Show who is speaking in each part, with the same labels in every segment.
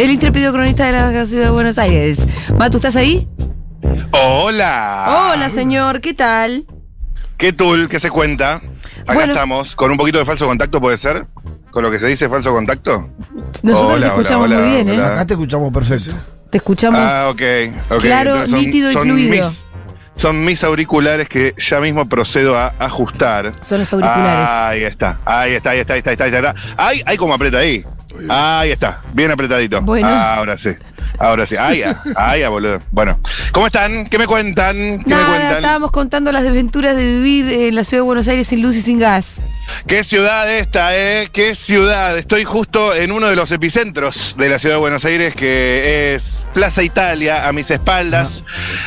Speaker 1: El intrépido cronista de la ciudad de Buenos Aires. Matu, ¿estás ahí?
Speaker 2: Hola.
Speaker 1: Hola, señor, ¿qué tal?
Speaker 2: ¿Qué tul? ¿Qué se cuenta? Acá
Speaker 1: Bueno.
Speaker 2: estamos, con un poquito de falso contacto, ¿puede ser? ¿Con lo que se dice falso contacto?
Speaker 1: Nosotros
Speaker 2: Hola,
Speaker 1: te escuchamos
Speaker 2: hola,
Speaker 1: muy bien,
Speaker 2: hola.
Speaker 1: ¿eh?
Speaker 3: Acá te escuchamos perfecto.
Speaker 1: Te escuchamos.
Speaker 2: Ah, ok. ok.
Speaker 1: Claro,
Speaker 2: Entonces
Speaker 1: nítido y fluido.
Speaker 2: Mis, son mis auriculares que ya mismo procedo a ajustar.
Speaker 1: Son los auriculares.
Speaker 2: Ahí está, ahí está, ahí está, ahí está, ahí está. Ahí, está. Ay, ay, como aprieta ahí. Ahí está, bien apretadito.
Speaker 1: Bueno.
Speaker 2: Ahora sí, ahora sí. Ahí, ahí, boludo. Bueno, ¿cómo están? ¿Qué me cuentan? ¿Qué me
Speaker 1: Nada,
Speaker 2: cuentan?
Speaker 1: estábamos contando las desventuras de vivir en la ciudad de Buenos Aires sin luz y sin gas.
Speaker 2: Qué ciudad esta, ¿eh? Qué ciudad. Estoy justo en uno de los epicentros de la ciudad de Buenos Aires, que es Plaza Italia, a mis espaldas.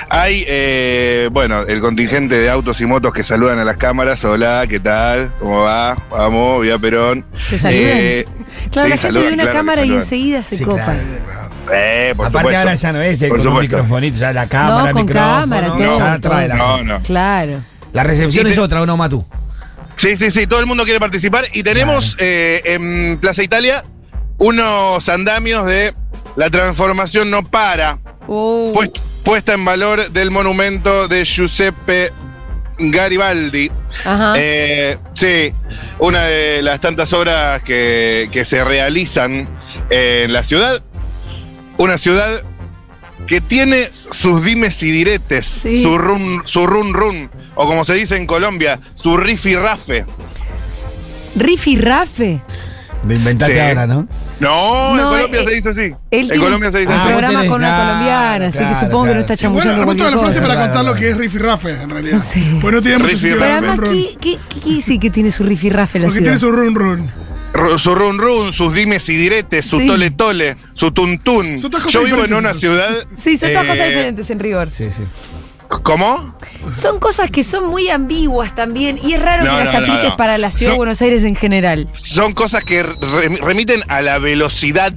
Speaker 2: Hay, eh, bueno, el contingente de autos y motos que saludan a las cámaras. Hola, ¿qué tal? ¿Cómo va? Vamos, Vía Perón.
Speaker 1: ¿Te saludan?
Speaker 2: Eh,
Speaker 1: Claro,
Speaker 2: sí,
Speaker 1: la gente
Speaker 2: saludan,
Speaker 1: ve una
Speaker 2: claro que
Speaker 1: cámara y
Speaker 2: saludan.
Speaker 1: enseguida se
Speaker 3: Sí,
Speaker 1: copa.
Speaker 3: claro.
Speaker 2: Eh, por
Speaker 3: Aparte
Speaker 2: supuesto.
Speaker 3: ahora ya no es el
Speaker 2: Por
Speaker 3: con un
Speaker 2: supuesto.
Speaker 3: microfonito, ya la cámara, el
Speaker 1: con
Speaker 3: micrófono,
Speaker 1: cámara,
Speaker 3: no,
Speaker 1: todo,
Speaker 3: ya atrás de la,
Speaker 2: No, no.
Speaker 1: Claro.
Speaker 3: la recepción
Speaker 2: Y te-
Speaker 3: es otra, ¿o no, Matú?
Speaker 2: Sí, sí, sí, todo el mundo quiere participar y tenemos eh, en Plaza Italia unos andamios de la transformación no para,
Speaker 1: Oh,
Speaker 2: puest- puesta en valor del monumento de Giuseppe Garibaldi.
Speaker 1: ajá.
Speaker 2: Eh, sí, una de las tantas obras que, que se realizan en la ciudad. Una ciudad que tiene sus dimes y diretes,
Speaker 1: Sí.
Speaker 2: su run, su run run, o como se dice en Colombia, su rifirrafe.
Speaker 1: Riffy Rafe.
Speaker 3: Lo inventaste
Speaker 2: Sí.
Speaker 3: ahora, ¿no?
Speaker 2: No,
Speaker 1: No,
Speaker 2: en Colombia
Speaker 1: eh,
Speaker 2: se dice así.
Speaker 1: él
Speaker 2: En
Speaker 1: tiene-
Speaker 2: Colombia se dice
Speaker 1: Un
Speaker 3: Ah,
Speaker 2: así.
Speaker 3: vos
Speaker 1: programa
Speaker 3: tenés-
Speaker 1: con una
Speaker 3: claro,
Speaker 1: colombiana, así que
Speaker 3: claro,
Speaker 1: supongo que no
Speaker 3: claro.
Speaker 1: está
Speaker 3: Sí,
Speaker 4: Bueno, justo
Speaker 1: chamullando
Speaker 4: la
Speaker 1: cualquier
Speaker 4: frase
Speaker 1: cosa.
Speaker 4: para
Speaker 3: Claro,
Speaker 4: contar lo
Speaker 3: claro.
Speaker 4: que es Riffy Rafe, en realidad.
Speaker 1: Sí.
Speaker 4: Pues no tiene mucho
Speaker 2: Riffy
Speaker 4: sentido.
Speaker 1: Pero
Speaker 2: Rafe.
Speaker 4: el
Speaker 1: además,
Speaker 4: run, run.
Speaker 1: ¿qué, qué, qué quiere decir que tiene su Riffy Rafe la
Speaker 4: Porque
Speaker 1: ciudad?
Speaker 4: tiene su run run.
Speaker 2: Ru- Su run run, sus dimes y diretes, su
Speaker 1: Sí.
Speaker 2: tole tole, su tuntún.
Speaker 4: Son todas cosas
Speaker 2: Yo vivo en
Speaker 4: diferentes
Speaker 2: una
Speaker 4: esas.
Speaker 2: ciudad.
Speaker 1: Sí, son todas
Speaker 2: eh,
Speaker 1: cosas diferentes en rigor.
Speaker 3: Sí, sí.
Speaker 2: ¿Cómo?
Speaker 1: Son cosas que son muy ambiguas también y es raro
Speaker 2: No,
Speaker 1: que las
Speaker 2: no, no,
Speaker 1: apliques
Speaker 2: no.
Speaker 1: para la ciudad de
Speaker 2: Son-
Speaker 1: Buenos Aires en general.
Speaker 2: Son cosas que re- remiten a la velocidad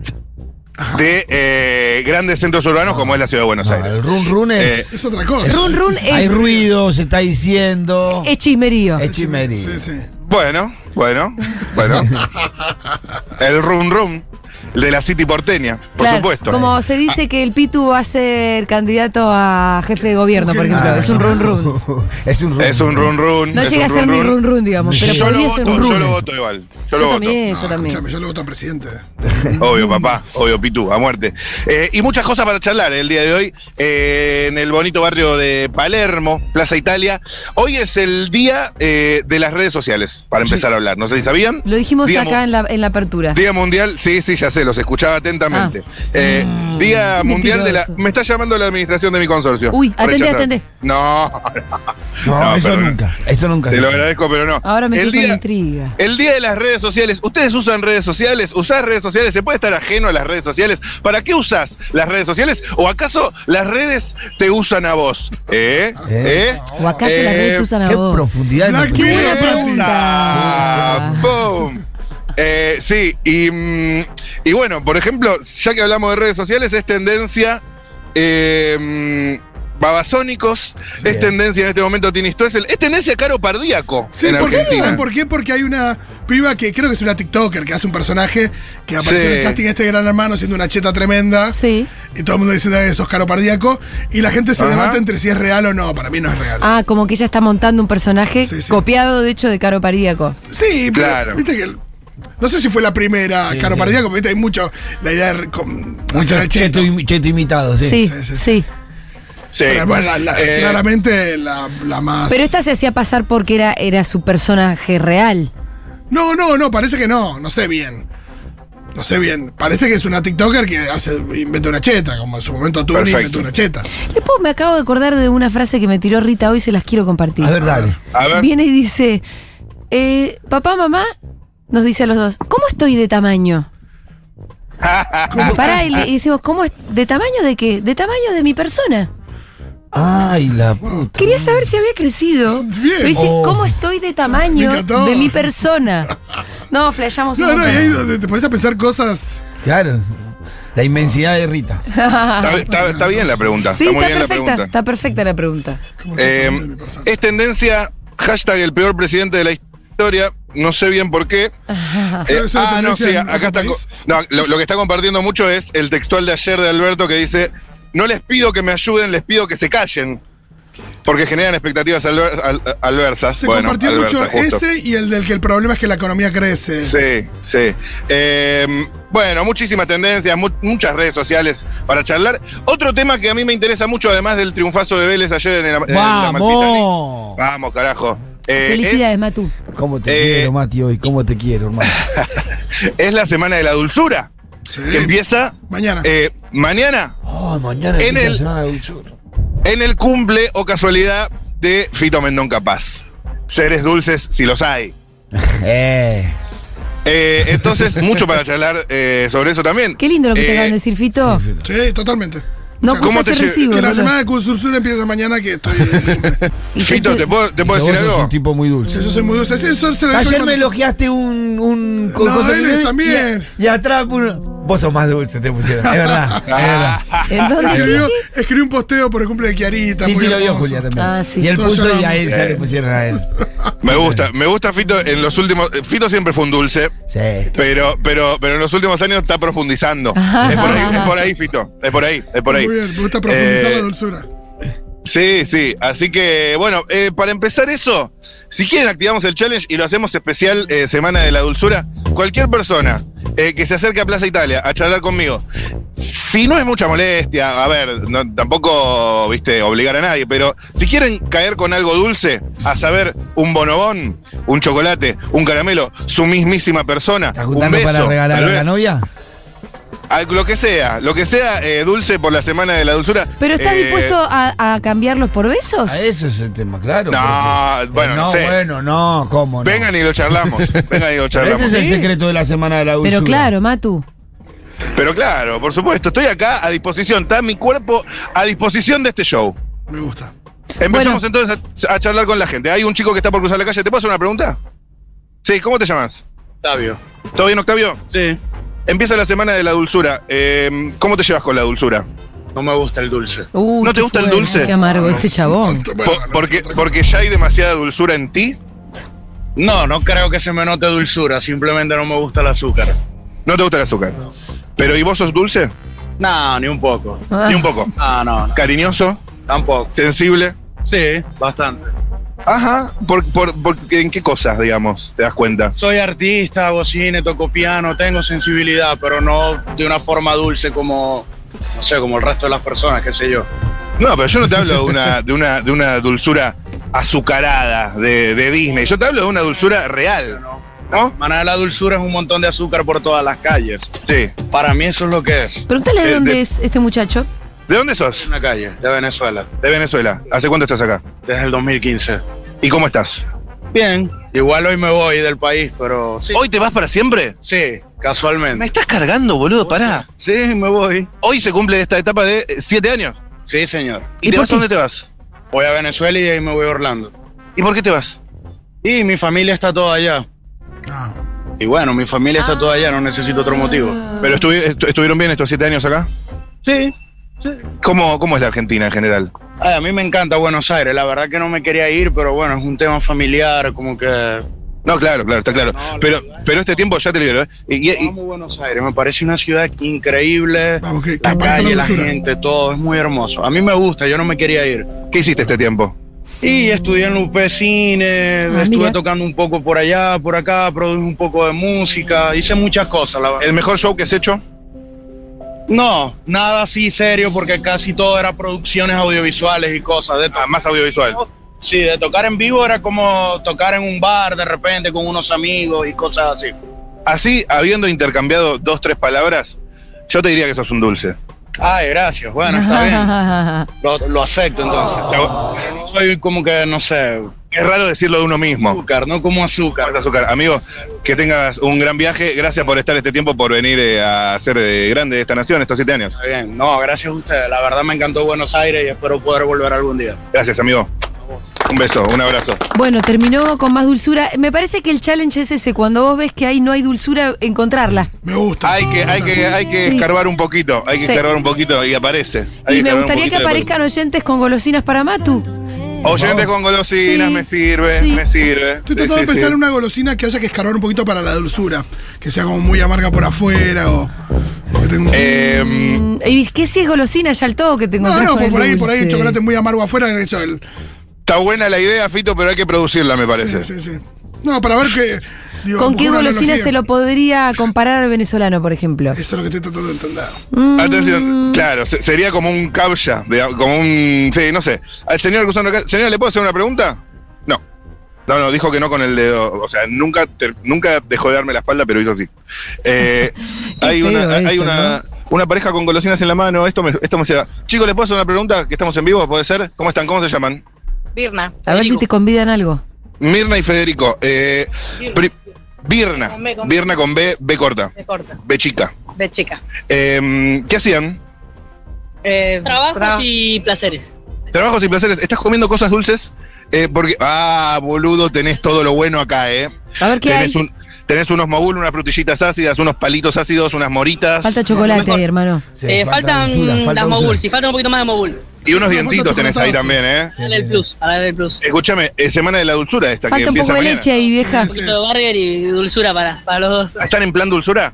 Speaker 2: de eh, grandes centros urbanos como es la ciudad de Buenos
Speaker 3: No,
Speaker 2: Aires.
Speaker 3: el run run es...
Speaker 4: Es otra cosa.
Speaker 1: Run run es,
Speaker 3: hay ruido, se está diciendo...
Speaker 1: es chismerío.
Speaker 3: Es chimerío.
Speaker 4: Sí, sí.
Speaker 2: Eh, Bueno, bueno, bueno. El run run de la City porteña, por
Speaker 1: Claro,
Speaker 2: supuesto. Ah.
Speaker 1: Como se dice que el Pitu va a ser candidato a jefe de gobierno, por ejemplo.
Speaker 3: Ah,
Speaker 1: es un run run.
Speaker 3: es un run
Speaker 2: Es un run run.
Speaker 1: No
Speaker 2: es
Speaker 1: llega a
Speaker 2: un
Speaker 1: ser ni run run, digamos, pero
Speaker 2: Yo lo,
Speaker 1: podría ser
Speaker 2: voto,
Speaker 1: un
Speaker 2: yo
Speaker 1: run.
Speaker 2: lo voto igual. Yo,
Speaker 1: Yo
Speaker 2: lo voto.
Speaker 1: también, yo
Speaker 4: No,
Speaker 1: también.
Speaker 4: Escúchame, yo le voto a presidente.
Speaker 2: Obvio, papá. Obvio, Pitu, a muerte. Eh, y muchas cosas para charlar el día de hoy eh, en el bonito barrio de Palermo, Plaza Italia. Hoy es el día eh, de las redes sociales, para empezar a hablar. No sé si sabían.
Speaker 1: Lo dijimos
Speaker 2: Día
Speaker 1: acá
Speaker 2: mu-
Speaker 1: en la, en la apertura.
Speaker 2: Día Mundial, sí, sí, ya sé, los escuchaba atentamente. Eh, día Mundial de la...
Speaker 1: Ah. Mm. Mentiroso.
Speaker 2: Me está llamando la administración de mi consorcio.
Speaker 1: Uy, atendé,
Speaker 2: Rechazar.
Speaker 1: atendé.
Speaker 2: No,
Speaker 3: No,
Speaker 2: No,
Speaker 3: eso
Speaker 2: perdón.
Speaker 3: nunca. Eso nunca.
Speaker 2: te
Speaker 3: se-
Speaker 2: lo agradezco, pero no.
Speaker 1: Ahora me
Speaker 2: el
Speaker 1: quedo con la
Speaker 2: día,
Speaker 1: intriga.
Speaker 2: el día de las redes sociales, ¿ustedes usan redes sociales? ¿Usás redes sociales? ¿Se puede estar ajeno a las redes sociales? ¿Para qué usás las redes sociales? ¿O acaso las redes te usan a vos? ¿Eh? ¿Eh?
Speaker 3: Eh.
Speaker 1: ¿O acaso las redes te usan a
Speaker 3: Qué
Speaker 1: vos?
Speaker 3: profundidad.
Speaker 4: Black
Speaker 3: en la
Speaker 4: Qué
Speaker 1: Qué
Speaker 4: buena
Speaker 1: buena
Speaker 2: Pregunta.
Speaker 1: pregunta.
Speaker 2: ¡Boom! Eh, sí, y, mm, y bueno, por ejemplo, ya que hablamos de redes sociales, es tendencia. eh, mm, Babasónicos,
Speaker 3: Sí.
Speaker 2: es tendencia en este momento Tini Stoessel, es tendencia Caro Pardíaco
Speaker 4: Sí,
Speaker 2: en
Speaker 4: ¿por qué?
Speaker 2: Argentina.
Speaker 4: ¿Saben por qué? Porque hay una piba que creo que es una TikToker que hace un personaje que apareció
Speaker 2: Sí.
Speaker 4: en el casting de este gran hermano siendo una cheta tremenda.
Speaker 1: Sí.
Speaker 4: Y todo el mundo diciendo que sos caro cardíaco. Y la gente se
Speaker 2: Ajá.
Speaker 4: debate entre si es real o no. Para mí no es real.
Speaker 1: Ah, como que ella está montando un personaje
Speaker 4: Sí, sí.
Speaker 1: copiado, de hecho, de Caro Paríaco.
Speaker 4: Sí, pero,
Speaker 2: Claro.
Speaker 4: viste que. el- No sé si fue la primera
Speaker 3: Sí,
Speaker 4: Caro
Speaker 3: sí.
Speaker 4: Pardíaco, porque viste, hay mucho la idea de re- con- hacer
Speaker 3: Cheto,
Speaker 4: el cheto.
Speaker 3: im- cheto imitado, Oh, sí.
Speaker 1: Sí,
Speaker 4: sí,
Speaker 1: sí.
Speaker 4: sí.
Speaker 2: Sí.
Speaker 4: Pero, bueno, la- la-
Speaker 2: Eh,
Speaker 4: claramente la, la más.
Speaker 1: Pero esta se hacía pasar porque era, era su personaje real.
Speaker 4: No, no, no, parece que no. No sé bien. No sé bien. Parece que es una TikToker que hace, inventa una cheta, como en su momento tú
Speaker 2: Perfecto.
Speaker 4: inventó una cheta.
Speaker 1: Después me acabo de acordar de una frase que me tiró Rita hoy, se las quiero compartir.
Speaker 3: A ver, dale.
Speaker 2: A ver.
Speaker 1: Viene y dice, eh, papá, mamá, nos dice a los dos, ¿cómo estoy de tamaño? Pará, y
Speaker 3: Ah.
Speaker 1: le y decimos, ¿cómo es? ¿De tamaño de qué? De tamaño de mi persona.
Speaker 3: Ay, la puta.
Speaker 1: Quería saber si había crecido.
Speaker 4: Bien.
Speaker 1: Pero dice,
Speaker 3: Oh.
Speaker 1: ¿cómo estoy de tamaño
Speaker 4: Me encantó.
Speaker 1: de mi persona? No, flashamos un
Speaker 4: No, no, y
Speaker 1: montón.
Speaker 4: ahí donde te pones a pensar cosas.
Speaker 3: Claro. La inmensidad de Rita.
Speaker 2: Está, está- está bien la pregunta.
Speaker 1: Sí,
Speaker 2: está muy
Speaker 1: está
Speaker 2: bien la
Speaker 1: perfecta,
Speaker 2: pregunta.
Speaker 1: está perfecta la pregunta.
Speaker 4: como que
Speaker 2: Eh,
Speaker 4: de mi persona.
Speaker 2: es tendencia, hashtag el peor presidente de la historia. no sé bien por qué. Eh,
Speaker 4: Eso es
Speaker 2: ah, no,
Speaker 4: tendencia
Speaker 2: sí,
Speaker 4: en otro
Speaker 2: acá está.
Speaker 4: país.
Speaker 2: co- no, lo, lo que está compartiendo mucho es el textual de ayer de Alberto que dice: No les pido que me ayuden, les pido que se callen. Porque generan expectativas alver- al- alversas.
Speaker 4: Se
Speaker 2: Bueno,
Speaker 4: compartió
Speaker 2: alversas,
Speaker 4: mucho
Speaker 2: justo.
Speaker 4: ese y el del que el problema es que la economía crece.
Speaker 2: Sí, sí. Eh, bueno, muchísimas tendencias, mu- muchas redes sociales para charlar. Otro tema que a mí me interesa mucho, además del triunfazo de Vélez ayer en el en el Amalfitani.
Speaker 3: ¡Vamos!
Speaker 2: Vamos, carajo. Eh,
Speaker 1: Felicidades, Matú.
Speaker 3: ¿Cómo te
Speaker 2: Eh,
Speaker 3: quiero, Mati, hoy? ¿Cómo te quiero, hermano?
Speaker 2: es, es la semana de la dulzura,
Speaker 4: Sí.
Speaker 2: que empieza
Speaker 4: Mañana.
Speaker 2: eh, mañana
Speaker 3: Oh, mañana
Speaker 2: En
Speaker 3: empieza
Speaker 2: el-
Speaker 3: la semana del sur.
Speaker 2: en el cumple o casualidad de Fito Mendón Capaz. Seres dulces si los hay.
Speaker 3: Eh.
Speaker 2: Eh, entonces, mucho para charlar eh, sobre eso también.
Speaker 1: Qué lindo lo que te
Speaker 2: Eh,
Speaker 1: acaban de decir, Fito.
Speaker 3: sí, Fito.
Speaker 4: Sí, totalmente.
Speaker 1: no
Speaker 2: ¿cómo
Speaker 1: cruzaste
Speaker 2: te lle-
Speaker 1: recibo.
Speaker 4: Que la
Speaker 1: boludo.
Speaker 4: semana de Cusursura empieza mañana que estoy.
Speaker 1: Y te-
Speaker 2: Fito, ¿te puedo, te puedo
Speaker 3: Y
Speaker 2: decir
Speaker 3: que vos sos
Speaker 2: algo?
Speaker 3: un tipo muy dulce.
Speaker 4: Sí, yo soy muy dulce. Sí, eso se lo dejé
Speaker 3: Ayer
Speaker 4: con-
Speaker 3: me elogiaste un. un
Speaker 4: No, él
Speaker 3: que-
Speaker 4: también.
Speaker 3: Y, y atrás. uno- Vos sos más dulce, te pusieron. Es verdad. Es verdad.
Speaker 1: Entonces,
Speaker 4: Escribió- escribí Ah. un posteo por el cumple de Kiarita.
Speaker 3: Sí,
Speaker 4: muy
Speaker 3: sí, lo vio
Speaker 4: hermoso.
Speaker 3: Julia también.
Speaker 1: Ah, sí.
Speaker 3: Y él
Speaker 4: Todos
Speaker 3: puso y a
Speaker 4: lloramos.
Speaker 2: Eh,
Speaker 3: él ya le pusieron a él.
Speaker 2: Me gusta, me gusta Fito en los últimos. eh, Fito siempre fue un dulce,
Speaker 3: Sí.
Speaker 2: pero, pero, pero en los últimos años está profundizando.
Speaker 1: Ajá.
Speaker 2: Es por ahí, es por ahí, Fito. Es por ahí, es por ahí.
Speaker 4: Muy bien, me gusta profundizar
Speaker 2: Eh,
Speaker 4: la dulzura.
Speaker 2: Sí, sí. Así que, bueno, eh, para empezar eso, si quieren activamos el challenge y lo hacemos especial eh, Semana de la Dulzura. Cualquier persona eh, que se acerque a Plaza Italia a charlar conmigo, si no es mucha molestia, a ver, no- tampoco, viste, obligar a nadie, pero si quieren caer con algo dulce, a saber, un bonobón, un chocolate, un caramelo, su mismísima persona,
Speaker 3: ¿Estás
Speaker 2: un
Speaker 3: juntando
Speaker 2: beso,
Speaker 3: para regalar
Speaker 2: tal
Speaker 3: a la
Speaker 2: vez,
Speaker 3: novia?
Speaker 2: a- lo que sea, lo que sea eh, dulce por la Semana de la Dulzura.
Speaker 1: ¿Pero estás
Speaker 2: eh,
Speaker 1: dispuesto a, a cambiarlos por besos?
Speaker 3: A eso es el tema, claro.
Speaker 2: No,
Speaker 3: porque-
Speaker 2: bueno,
Speaker 3: Eh,
Speaker 2: no
Speaker 3: no,
Speaker 2: sé.
Speaker 3: bueno, no, ¿cómo no?
Speaker 2: Vengan y lo charlamos. vengan y lo
Speaker 3: Pero
Speaker 2: charlamos.
Speaker 3: ese es el
Speaker 1: Sí.
Speaker 3: secreto de la semana de la dulzura.
Speaker 1: Pero claro, Matu.
Speaker 2: Pero claro, por supuesto, estoy acá a disposición, está mi cuerpo a disposición de este show.
Speaker 4: Me gusta.
Speaker 2: Empezamos
Speaker 1: Bueno.
Speaker 2: entonces a, a charlar con la gente. Hay un chico que está por cruzar la calle, ¿te puedo hacer una pregunta? Sí, ¿cómo te llamas?
Speaker 5: Octavio.
Speaker 2: ¿Todo bien, Octavio?
Speaker 5: Sí.
Speaker 2: Empieza la semana de la dulzura. Eh, ¿Cómo te llevas con la dulzura?
Speaker 5: No me gusta el dulce.
Speaker 1: Uy,
Speaker 2: ¿No te
Speaker 1: Uh, qué
Speaker 2: gusta el
Speaker 1: fuerte,
Speaker 2: dulce?
Speaker 1: Qué amargo este chabón.
Speaker 4: Ah, Bueno,
Speaker 2: Po-
Speaker 4: no,
Speaker 2: porque,
Speaker 4: otra cosa.
Speaker 2: porque ya hay demasiada dulzura en ti.
Speaker 5: No, no creo que se me note dulzura, simplemente no me gusta el azúcar.
Speaker 2: No te gusta el azúcar. Pero ¿y vos sos dulce?
Speaker 5: No, ni un poco.
Speaker 1: Ah,
Speaker 2: Ni un poco.
Speaker 5: Ah, no, no,
Speaker 2: Cariñoso,
Speaker 5: tampoco.
Speaker 2: sensible.
Speaker 5: Sí, bastante.
Speaker 2: Ajá. Por, por- por- ¿En qué cosas, digamos, te das cuenta?
Speaker 5: Soy artista, hago cine, toco piano, tengo sensibilidad, pero no de una forma dulce como, no sé, como el resto de las personas, qué sé yo.
Speaker 2: No, pero yo no te hablo de una, de una, de una dulzura azucarada de, de Disney. Yo te hablo de una dulzura real,
Speaker 5: Bueno,
Speaker 2: ¿no?
Speaker 5: Maná de la dulzura es un montón de azúcar por todas las calles.
Speaker 2: Sí.
Speaker 5: Para mí eso es lo que es.
Speaker 1: Pregúntale de
Speaker 2: Eh,
Speaker 1: dónde
Speaker 2: de-
Speaker 1: es este muchacho.
Speaker 2: ¿De dónde sos?
Speaker 5: Una calle de Venezuela,
Speaker 2: De Venezuela. ¿Hace cuánto estás acá?
Speaker 5: desde el 2015.
Speaker 2: ¿Y cómo estás?
Speaker 5: Bien, igual hoy me voy del país, pero sí.
Speaker 2: ¿Hoy te vas para siempre?
Speaker 5: Sí,
Speaker 2: Me
Speaker 5: casualmente.
Speaker 2: estás cargando, boludo, pará.
Speaker 5: Sí, me voy.
Speaker 2: Hoy se cumple esta etapa de eh, siete años.
Speaker 5: Sí, señor.
Speaker 2: ¿Y,
Speaker 1: ¿Y
Speaker 2: te
Speaker 1: por
Speaker 2: vas
Speaker 1: qué?
Speaker 2: a dónde te vas?
Speaker 5: Voy a Venezuela y de ahí me voy a Orlando.
Speaker 2: ¿Y por qué te vas?
Speaker 5: Y mi familia está toda allá.
Speaker 4: Ah,
Speaker 5: Y bueno, mi familia está toda allá, no necesito otro motivo.
Speaker 2: ¿Pero estuvi- estu- estuvieron bien estos siete años acá?
Speaker 5: Sí.
Speaker 2: ¿Cómo, ¿Cómo es la Argentina en general?
Speaker 5: Ay, a mí me encanta Buenos Aires, la verdad que no me quería ir, pero bueno, es un tema familiar, como que...
Speaker 2: No, claro, claro, está claro.
Speaker 5: No, la
Speaker 2: Pero,
Speaker 5: verdad es
Speaker 2: pero este tiempo ya te libero, ¿eh? Y- y- y-
Speaker 5: Amo Buenos Aires, me parece una ciudad increíble.
Speaker 4: vamos, que, que
Speaker 5: La
Speaker 4: aparezca
Speaker 5: calle,
Speaker 4: la
Speaker 5: la
Speaker 4: dulzura.
Speaker 5: gente, todo, es muy hermoso. A mí me gusta, yo no me quería ir.
Speaker 2: ¿Qué hiciste este tiempo?
Speaker 5: Y estudié en UP Cine, estuve
Speaker 1: mira.
Speaker 5: tocando un poco por allá, por acá, produje un poco de música, hice muchas cosas, la verdad.
Speaker 2: ¿El mejor show que has hecho?
Speaker 5: No, nada así serio, porque casi todo era producciones audiovisuales y cosas. De to-
Speaker 2: Ah, más audiovisual.
Speaker 5: sí, de tocar en vivo era como tocar en un bar de repente con unos amigos y cosas así.
Speaker 2: Así, habiendo intercambiado dos, tres palabras, yo te diría que sos un dulce.
Speaker 5: Ay, gracias, bueno, está bien. Lo, lo acepto entonces. Pero no soy como que, no sé,
Speaker 2: Es raro decirlo de uno mismo.
Speaker 5: azúcar, no como azúcar.
Speaker 2: Falta azúcar. Amigo, que tengas un gran viaje. Gracias por estar este tiempo, por venir eh, a ser eh, grande de esta nación estos siete años.
Speaker 5: Está bien, no, gracias a ustedes. La verdad me encantó Buenos Aires y espero poder volver algún día.
Speaker 2: Gracias, amigo. Un beso, un abrazo.
Speaker 1: Bueno, terminó con más dulzura. Me parece que el challenge es ese, cuando vos ves que ahí no hay dulzura, encontrarla.
Speaker 4: Me gusta.
Speaker 2: Hay que, hay que, hay que
Speaker 1: Sí.
Speaker 2: escarbar un poquito, hay que
Speaker 1: Sí.
Speaker 2: escarbar un poquito y aparece. Hay
Speaker 1: y me
Speaker 2: escarbar un
Speaker 1: gustaría que
Speaker 2: poquito y aparece.
Speaker 1: aparezcan oyentes con golosinas para Matu.
Speaker 2: Oyente con golosinas,
Speaker 1: Sí.
Speaker 2: me sirve,
Speaker 1: Sí.
Speaker 2: me sirve.
Speaker 4: Estoy
Speaker 2: Sí,
Speaker 4: tratando
Speaker 2: sí,
Speaker 4: de pensar
Speaker 2: sí.
Speaker 4: en una golosina que haya que escarbar un poquito para la dulzura. Que sea como muy amarga por afuera o. o que tenga un-
Speaker 2: Em,
Speaker 1: Mm, ¿Y qué si es golosina ya al todo que te
Speaker 4: no,
Speaker 1: encontrás
Speaker 4: no,
Speaker 1: con
Speaker 4: pues
Speaker 1: el
Speaker 4: por ahí, por ahí el
Speaker 1: dulce?
Speaker 4: chocolate muy amargo afuera. Eso, el,
Speaker 2: Está buena la idea, Fito, pero hay que producirla, me parece.
Speaker 4: sí, sí, sí. No, para ver qué. digo,
Speaker 1: ¿Con
Speaker 4: un
Speaker 1: qué
Speaker 4: poco una
Speaker 1: golosina
Speaker 4: analogía.
Speaker 1: se lo podría comparar al venezolano, por ejemplo?
Speaker 4: Eso es lo que estoy tratando de entender.
Speaker 1: Mm.
Speaker 2: Atención, claro, se- sería como un caucha, de- como un. Sí, no sé. Al señor Gusano, señora, ¿le puedo hacer una pregunta? No. No, no, dijo que no con el dedo. O sea, nunca, ter- nunca dejó de darme la espalda, pero hizo así. Eh,
Speaker 1: Qué
Speaker 2: hay una,
Speaker 1: feo
Speaker 2: hay
Speaker 1: eso,
Speaker 2: una, una pareja con golosinas en la mano. Esto me, esto me lleva. Chicos, ¿les puedo hacer una pregunta? Que estamos en vivo, ¿puede ser? ¿Cómo están? ¿Cómo se llaman?
Speaker 6: Birna.
Speaker 1: A ver si
Speaker 6: Rodrigo.
Speaker 1: te convidan algo.
Speaker 2: Mirna y Federico. Eh,
Speaker 6: Birna.
Speaker 2: pri- Birna.
Speaker 6: Con B, con B.
Speaker 2: Birna con B, B corta.
Speaker 6: Me corta.
Speaker 2: B chica.
Speaker 6: De chica.
Speaker 2: Em, ¿Qué hacían?
Speaker 6: Eh,
Speaker 7: Trabajos
Speaker 6: tra-
Speaker 7: y placeres.
Speaker 2: Trabajos y placeres. ¿Estás comiendo cosas dulces? Eh, porque, ah, boludo, tenés todo lo bueno acá, ¿eh?
Speaker 1: A ver qué hay.
Speaker 2: Tenés, un, tenés unos mogul, unas frutillitas ácidas, unos palitos ácidos, unas
Speaker 4: Ah,
Speaker 2: moritas
Speaker 1: Falta chocolate ahí, hermano.
Speaker 3: Sí,
Speaker 7: Eh, faltan
Speaker 3: dulzura, falta
Speaker 7: las mogul,
Speaker 3: dulzura.
Speaker 7: si falta un poquito más de mogul.
Speaker 2: y unos
Speaker 4: No,
Speaker 2: dientitos
Speaker 4: falta
Speaker 2: tenés ahí
Speaker 4: chocolatazo.
Speaker 2: también, ¿eh?
Speaker 3: Sí,
Speaker 7: Dale
Speaker 3: sí,
Speaker 7: el
Speaker 3: sí.
Speaker 7: plus, ahora dale el plus.
Speaker 2: Escúchame, eh, semana de la dulzura esta que
Speaker 1: Falta un
Speaker 2: empieza
Speaker 1: poco de
Speaker 2: mañana.
Speaker 1: leche ahí, vieja.
Speaker 7: Un poquito de barrier y dulzura para, para los dos.
Speaker 2: Ah, ¿Están en plan dulzura?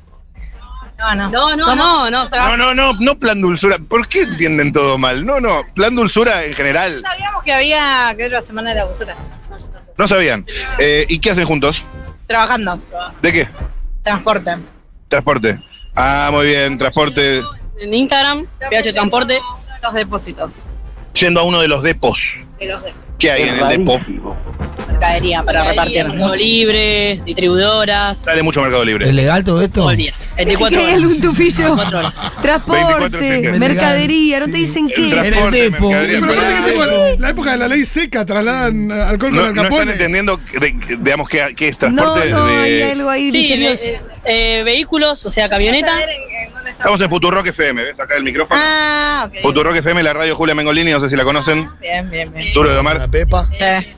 Speaker 6: No, no.
Speaker 7: No, no, no, no.
Speaker 2: No, no, no, no plan dulzura. ¿Por qué entienden todo mal? No, no, plan dulzura en general.
Speaker 6: Sabíamos que había que era la semana de la basura.
Speaker 2: No sabían. Eh, ¿Y qué hacen juntos?
Speaker 6: Trabajando.
Speaker 2: ¿De qué?
Speaker 6: Transporte.
Speaker 2: Transporte. Ah, muy bien, transporte.
Speaker 7: En Instagram, PH Transporte.
Speaker 6: Los depósitos.
Speaker 2: Yendo a uno de los depos.
Speaker 6: De los de
Speaker 2: ¿Qué hay en el depo?
Speaker 6: mercadería para repartir.
Speaker 7: Mercado Libre, distribuidoras.
Speaker 2: Sale mucho Mercado Libre.
Speaker 3: ¿Es legal todo esto?
Speaker 7: Todo el día.
Speaker 1: ¿Qué
Speaker 7: 24
Speaker 1: hay
Speaker 7: horas.
Speaker 1: algún tupillo?
Speaker 7: 24 horas.
Speaker 1: Transporte,
Speaker 2: 24/7.
Speaker 1: mercadería, no te
Speaker 3: Sí.
Speaker 1: dicen
Speaker 2: El
Speaker 1: qué.
Speaker 3: tra-
Speaker 2: transporte,
Speaker 3: En el depo.
Speaker 4: Pero
Speaker 2: mercadería, pues,
Speaker 3: Sí,
Speaker 2: pero-
Speaker 4: aparte que,
Speaker 3: pará.
Speaker 4: tipo, en la época de la ley seca trasladan alcohol con
Speaker 2: no,
Speaker 4: el
Speaker 2: no están
Speaker 4: capone.
Speaker 2: entendiendo de- digamos que, que es
Speaker 1: No,
Speaker 2: transporte
Speaker 1: no, hay
Speaker 2: de.
Speaker 1: algo ahí
Speaker 7: Sí,
Speaker 1: misterioso.
Speaker 7: eh, eh, vehículos, o sea, camioneta.
Speaker 6: Saber en- en dónde está.
Speaker 2: Estamos en Futurock FM, ¿ves acá el micrófono?
Speaker 6: Ah, ok.
Speaker 2: Futurock FM, la radio Julia Mengolini, no sé si la conocen.
Speaker 6: Bien, bien, bien. Eh,
Speaker 2: Duro de tomar,
Speaker 4: Pepa.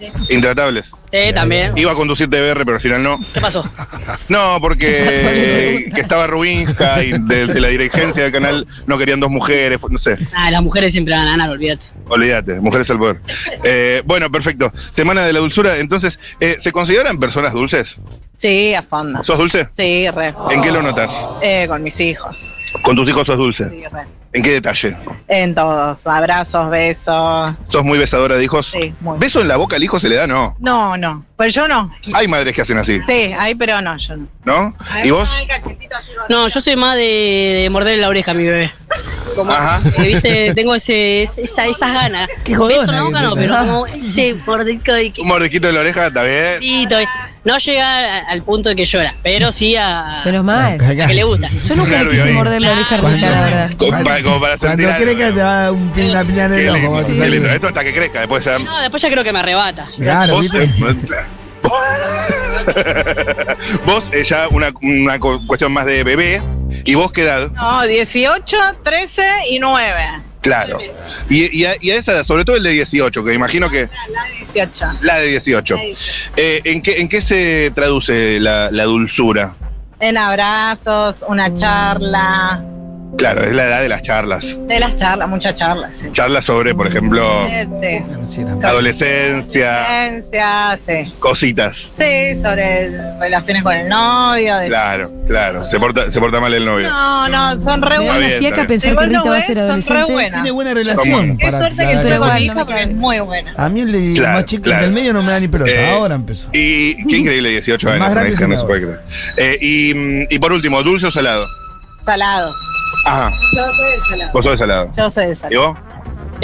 Speaker 6: Sí.
Speaker 2: intratables.
Speaker 7: Sí, también.
Speaker 2: Iba a conducir TBR, pero al final no.
Speaker 7: ¿Qué pasó?
Speaker 2: No, porque que estaba Rubinska y de, de la dirigencia del canal no querían dos mujeres, no sé,
Speaker 7: Ah, las mujeres siempre van a ganar, olvídate.
Speaker 2: olvídate, mujeres al poder. Eh, bueno, perfecto. Semana de la dulzura, entonces, eh, ¿se consideran personas dulces?
Speaker 6: Sí, a fondo.
Speaker 2: ¿Sos dulce?
Speaker 6: Sí, re.
Speaker 2: ¿En qué lo notas?
Speaker 6: Eh, con mis hijos.
Speaker 2: ¿Con tus hijos sos dulce?
Speaker 6: Sí, re.
Speaker 2: ¿En qué detalle?
Speaker 6: En todos. Abrazos, besos.
Speaker 2: ¿Sos muy besadora de hijos?
Speaker 6: Sí, muy.
Speaker 2: ¿Beso en la boca al hijo se le da? No.
Speaker 6: No, no. Pues yo no.
Speaker 2: Hay madres que hacen así,
Speaker 6: Sí, ahí, pero no, yo no.
Speaker 2: ¿no? ¿Y vos?
Speaker 7: No, yo soy más de, de morder la oreja a mi bebé. Como,
Speaker 2: Ajá.
Speaker 7: eh, ¿Viste? Tengo ese, ese- esa, esas ganas.
Speaker 3: Qué jodona
Speaker 7: Beso en la boca
Speaker 3: que
Speaker 7: no,
Speaker 3: te
Speaker 7: pero
Speaker 3: pegás.
Speaker 7: como ese mordisco de que...
Speaker 2: Un mordequito en la oreja, está bien.
Speaker 7: Mordito, eh. No llega a- al punto de que llora, pero sí a...
Speaker 1: Menos mal.
Speaker 3: Acá.
Speaker 7: que le gusta.
Speaker 1: Yo nunca le
Speaker 2: Nervio
Speaker 1: quise
Speaker 2: ahí.
Speaker 1: morder la oreja a Rita, la verdad.
Speaker 2: Como para, como para
Speaker 3: Cuando
Speaker 2: sentir algo.
Speaker 3: crees que te va a dar un pin, una piña en
Speaker 2: Qué
Speaker 3: el ojo,
Speaker 2: lindo,
Speaker 3: cuando te
Speaker 2: qué
Speaker 3: sale.
Speaker 2: lindo. Esto hasta que crezca, después ya...
Speaker 7: No, después ya creo que me arrebata.
Speaker 3: Claro,
Speaker 2: vos,
Speaker 3: ¿viste?
Speaker 2: vos eh, ya una, una cu- cuestión más de bebé. ¿Y vos qué edad?
Speaker 6: No, 18, 13 y 9.
Speaker 2: Claro. Y, y a, y a esa edad, sobre todo el de 18, que imagino que...
Speaker 6: 18.
Speaker 2: La de 18. Eh, ¿en, qué, ¿En qué se traduce la, la dulzura?
Speaker 6: En abrazos, una charla.
Speaker 2: Claro, es la edad de las charlas.
Speaker 6: De las charlas, muchas charlas. Sí.
Speaker 2: Charlas sobre, por ejemplo,
Speaker 6: Eh, Sí.
Speaker 3: Sí, no.
Speaker 2: adolescencia,
Speaker 6: Ciencia, sí.
Speaker 2: cositas.
Speaker 6: Sí, sobre el- relaciones con el novio. de-
Speaker 2: Claro, claro. Se porta, se porta mal el novio.
Speaker 6: No, no, son re
Speaker 2: Está
Speaker 1: Me da una
Speaker 6: buenas.
Speaker 2: bien,
Speaker 1: fiaca
Speaker 2: está bien.
Speaker 1: pensar
Speaker 6: Si
Speaker 1: que
Speaker 6: vos no
Speaker 1: Rita va a ser
Speaker 6: ves, son re
Speaker 1: adolescente.
Speaker 6: buenas.
Speaker 3: Tiene buena
Speaker 2: Somos-
Speaker 3: relación.
Speaker 6: Qué
Speaker 3: para-
Speaker 6: suerte que
Speaker 3: para-
Speaker 6: entró
Speaker 1: Pero
Speaker 6: con
Speaker 1: bueno,
Speaker 6: mi
Speaker 1: me
Speaker 6: hija porque
Speaker 1: cae.
Speaker 6: es muy buena.
Speaker 3: A mí el de
Speaker 2: Claro,
Speaker 3: más chico
Speaker 2: claro.
Speaker 3: del medio no me da ni pelota.
Speaker 2: Eh,
Speaker 3: ahora empezó.
Speaker 2: Y qué increíble 18
Speaker 3: Más
Speaker 2: años.
Speaker 3: grande
Speaker 2: no,
Speaker 3: se me
Speaker 2: se
Speaker 3: va.
Speaker 2: puede creer. Eh, y, mm, y por último, dulce o salado.
Speaker 6: Salado.
Speaker 2: Ajá,
Speaker 6: Yo soy de salado.
Speaker 2: vos sos de salado.
Speaker 6: Yo soy de
Speaker 2: ¿Y
Speaker 6: salado.
Speaker 2: vos?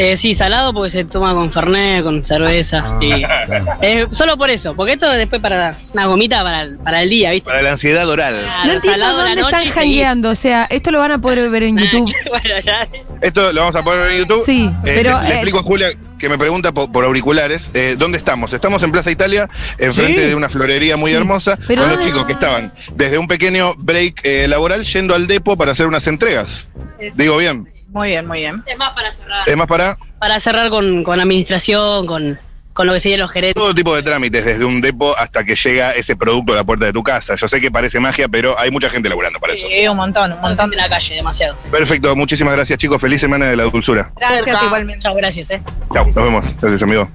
Speaker 7: Eh, sí, salado porque se toma con fernet, con cerveza.
Speaker 3: Ah,
Speaker 7: y-
Speaker 3: claro.
Speaker 7: eh, solo por eso, porque esto es después para una gomita para, el- para el día, ¿viste?
Speaker 2: Para la ansiedad oral.
Speaker 7: Claro,
Speaker 1: No entiendo
Speaker 7: salado la
Speaker 1: dónde
Speaker 7: noche
Speaker 1: están
Speaker 7: y seguir.
Speaker 1: jangueando. O sea, esto lo van a poder ver en YouTube.
Speaker 7: bueno, ya.
Speaker 2: Esto lo vamos a poner en YouTube.
Speaker 1: Sí,
Speaker 2: Eh,
Speaker 1: pero.
Speaker 2: le, le
Speaker 1: eh,
Speaker 2: explico a Julia que me pregunta po- por, auriculares eh, dónde estamos. Estamos en Plaza Italia, enfrente
Speaker 3: Sí.
Speaker 2: de una florería muy
Speaker 1: Sí.
Speaker 2: hermosa,
Speaker 1: Pero
Speaker 2: con los
Speaker 1: ¿dónde-
Speaker 2: chicos que estaban desde un pequeño break eh, laboral yendo al depo para hacer unas entregas.
Speaker 6: Es-
Speaker 2: Digo bien,
Speaker 6: Muy bien, muy bien.
Speaker 7: Es más para cerrar.
Speaker 2: es más para.
Speaker 7: Para cerrar con, con administración, con, con lo que siguen los gerentes.
Speaker 2: Todo tipo de trámites, desde un depo hasta que llega ese producto a la puerta de tu casa. Yo sé que parece magia, pero hay mucha gente laburando para eso.
Speaker 6: Sí, un montón, un montón.
Speaker 7: de la calle, demasiado.
Speaker 2: Perfecto, muchísimas gracias chicos, feliz semana de la dulzura.
Speaker 6: Gracias
Speaker 7: Cerca.
Speaker 6: igualmente.
Speaker 7: Chao, gracias, eh.
Speaker 2: Chao, nos vemos, gracias amigo.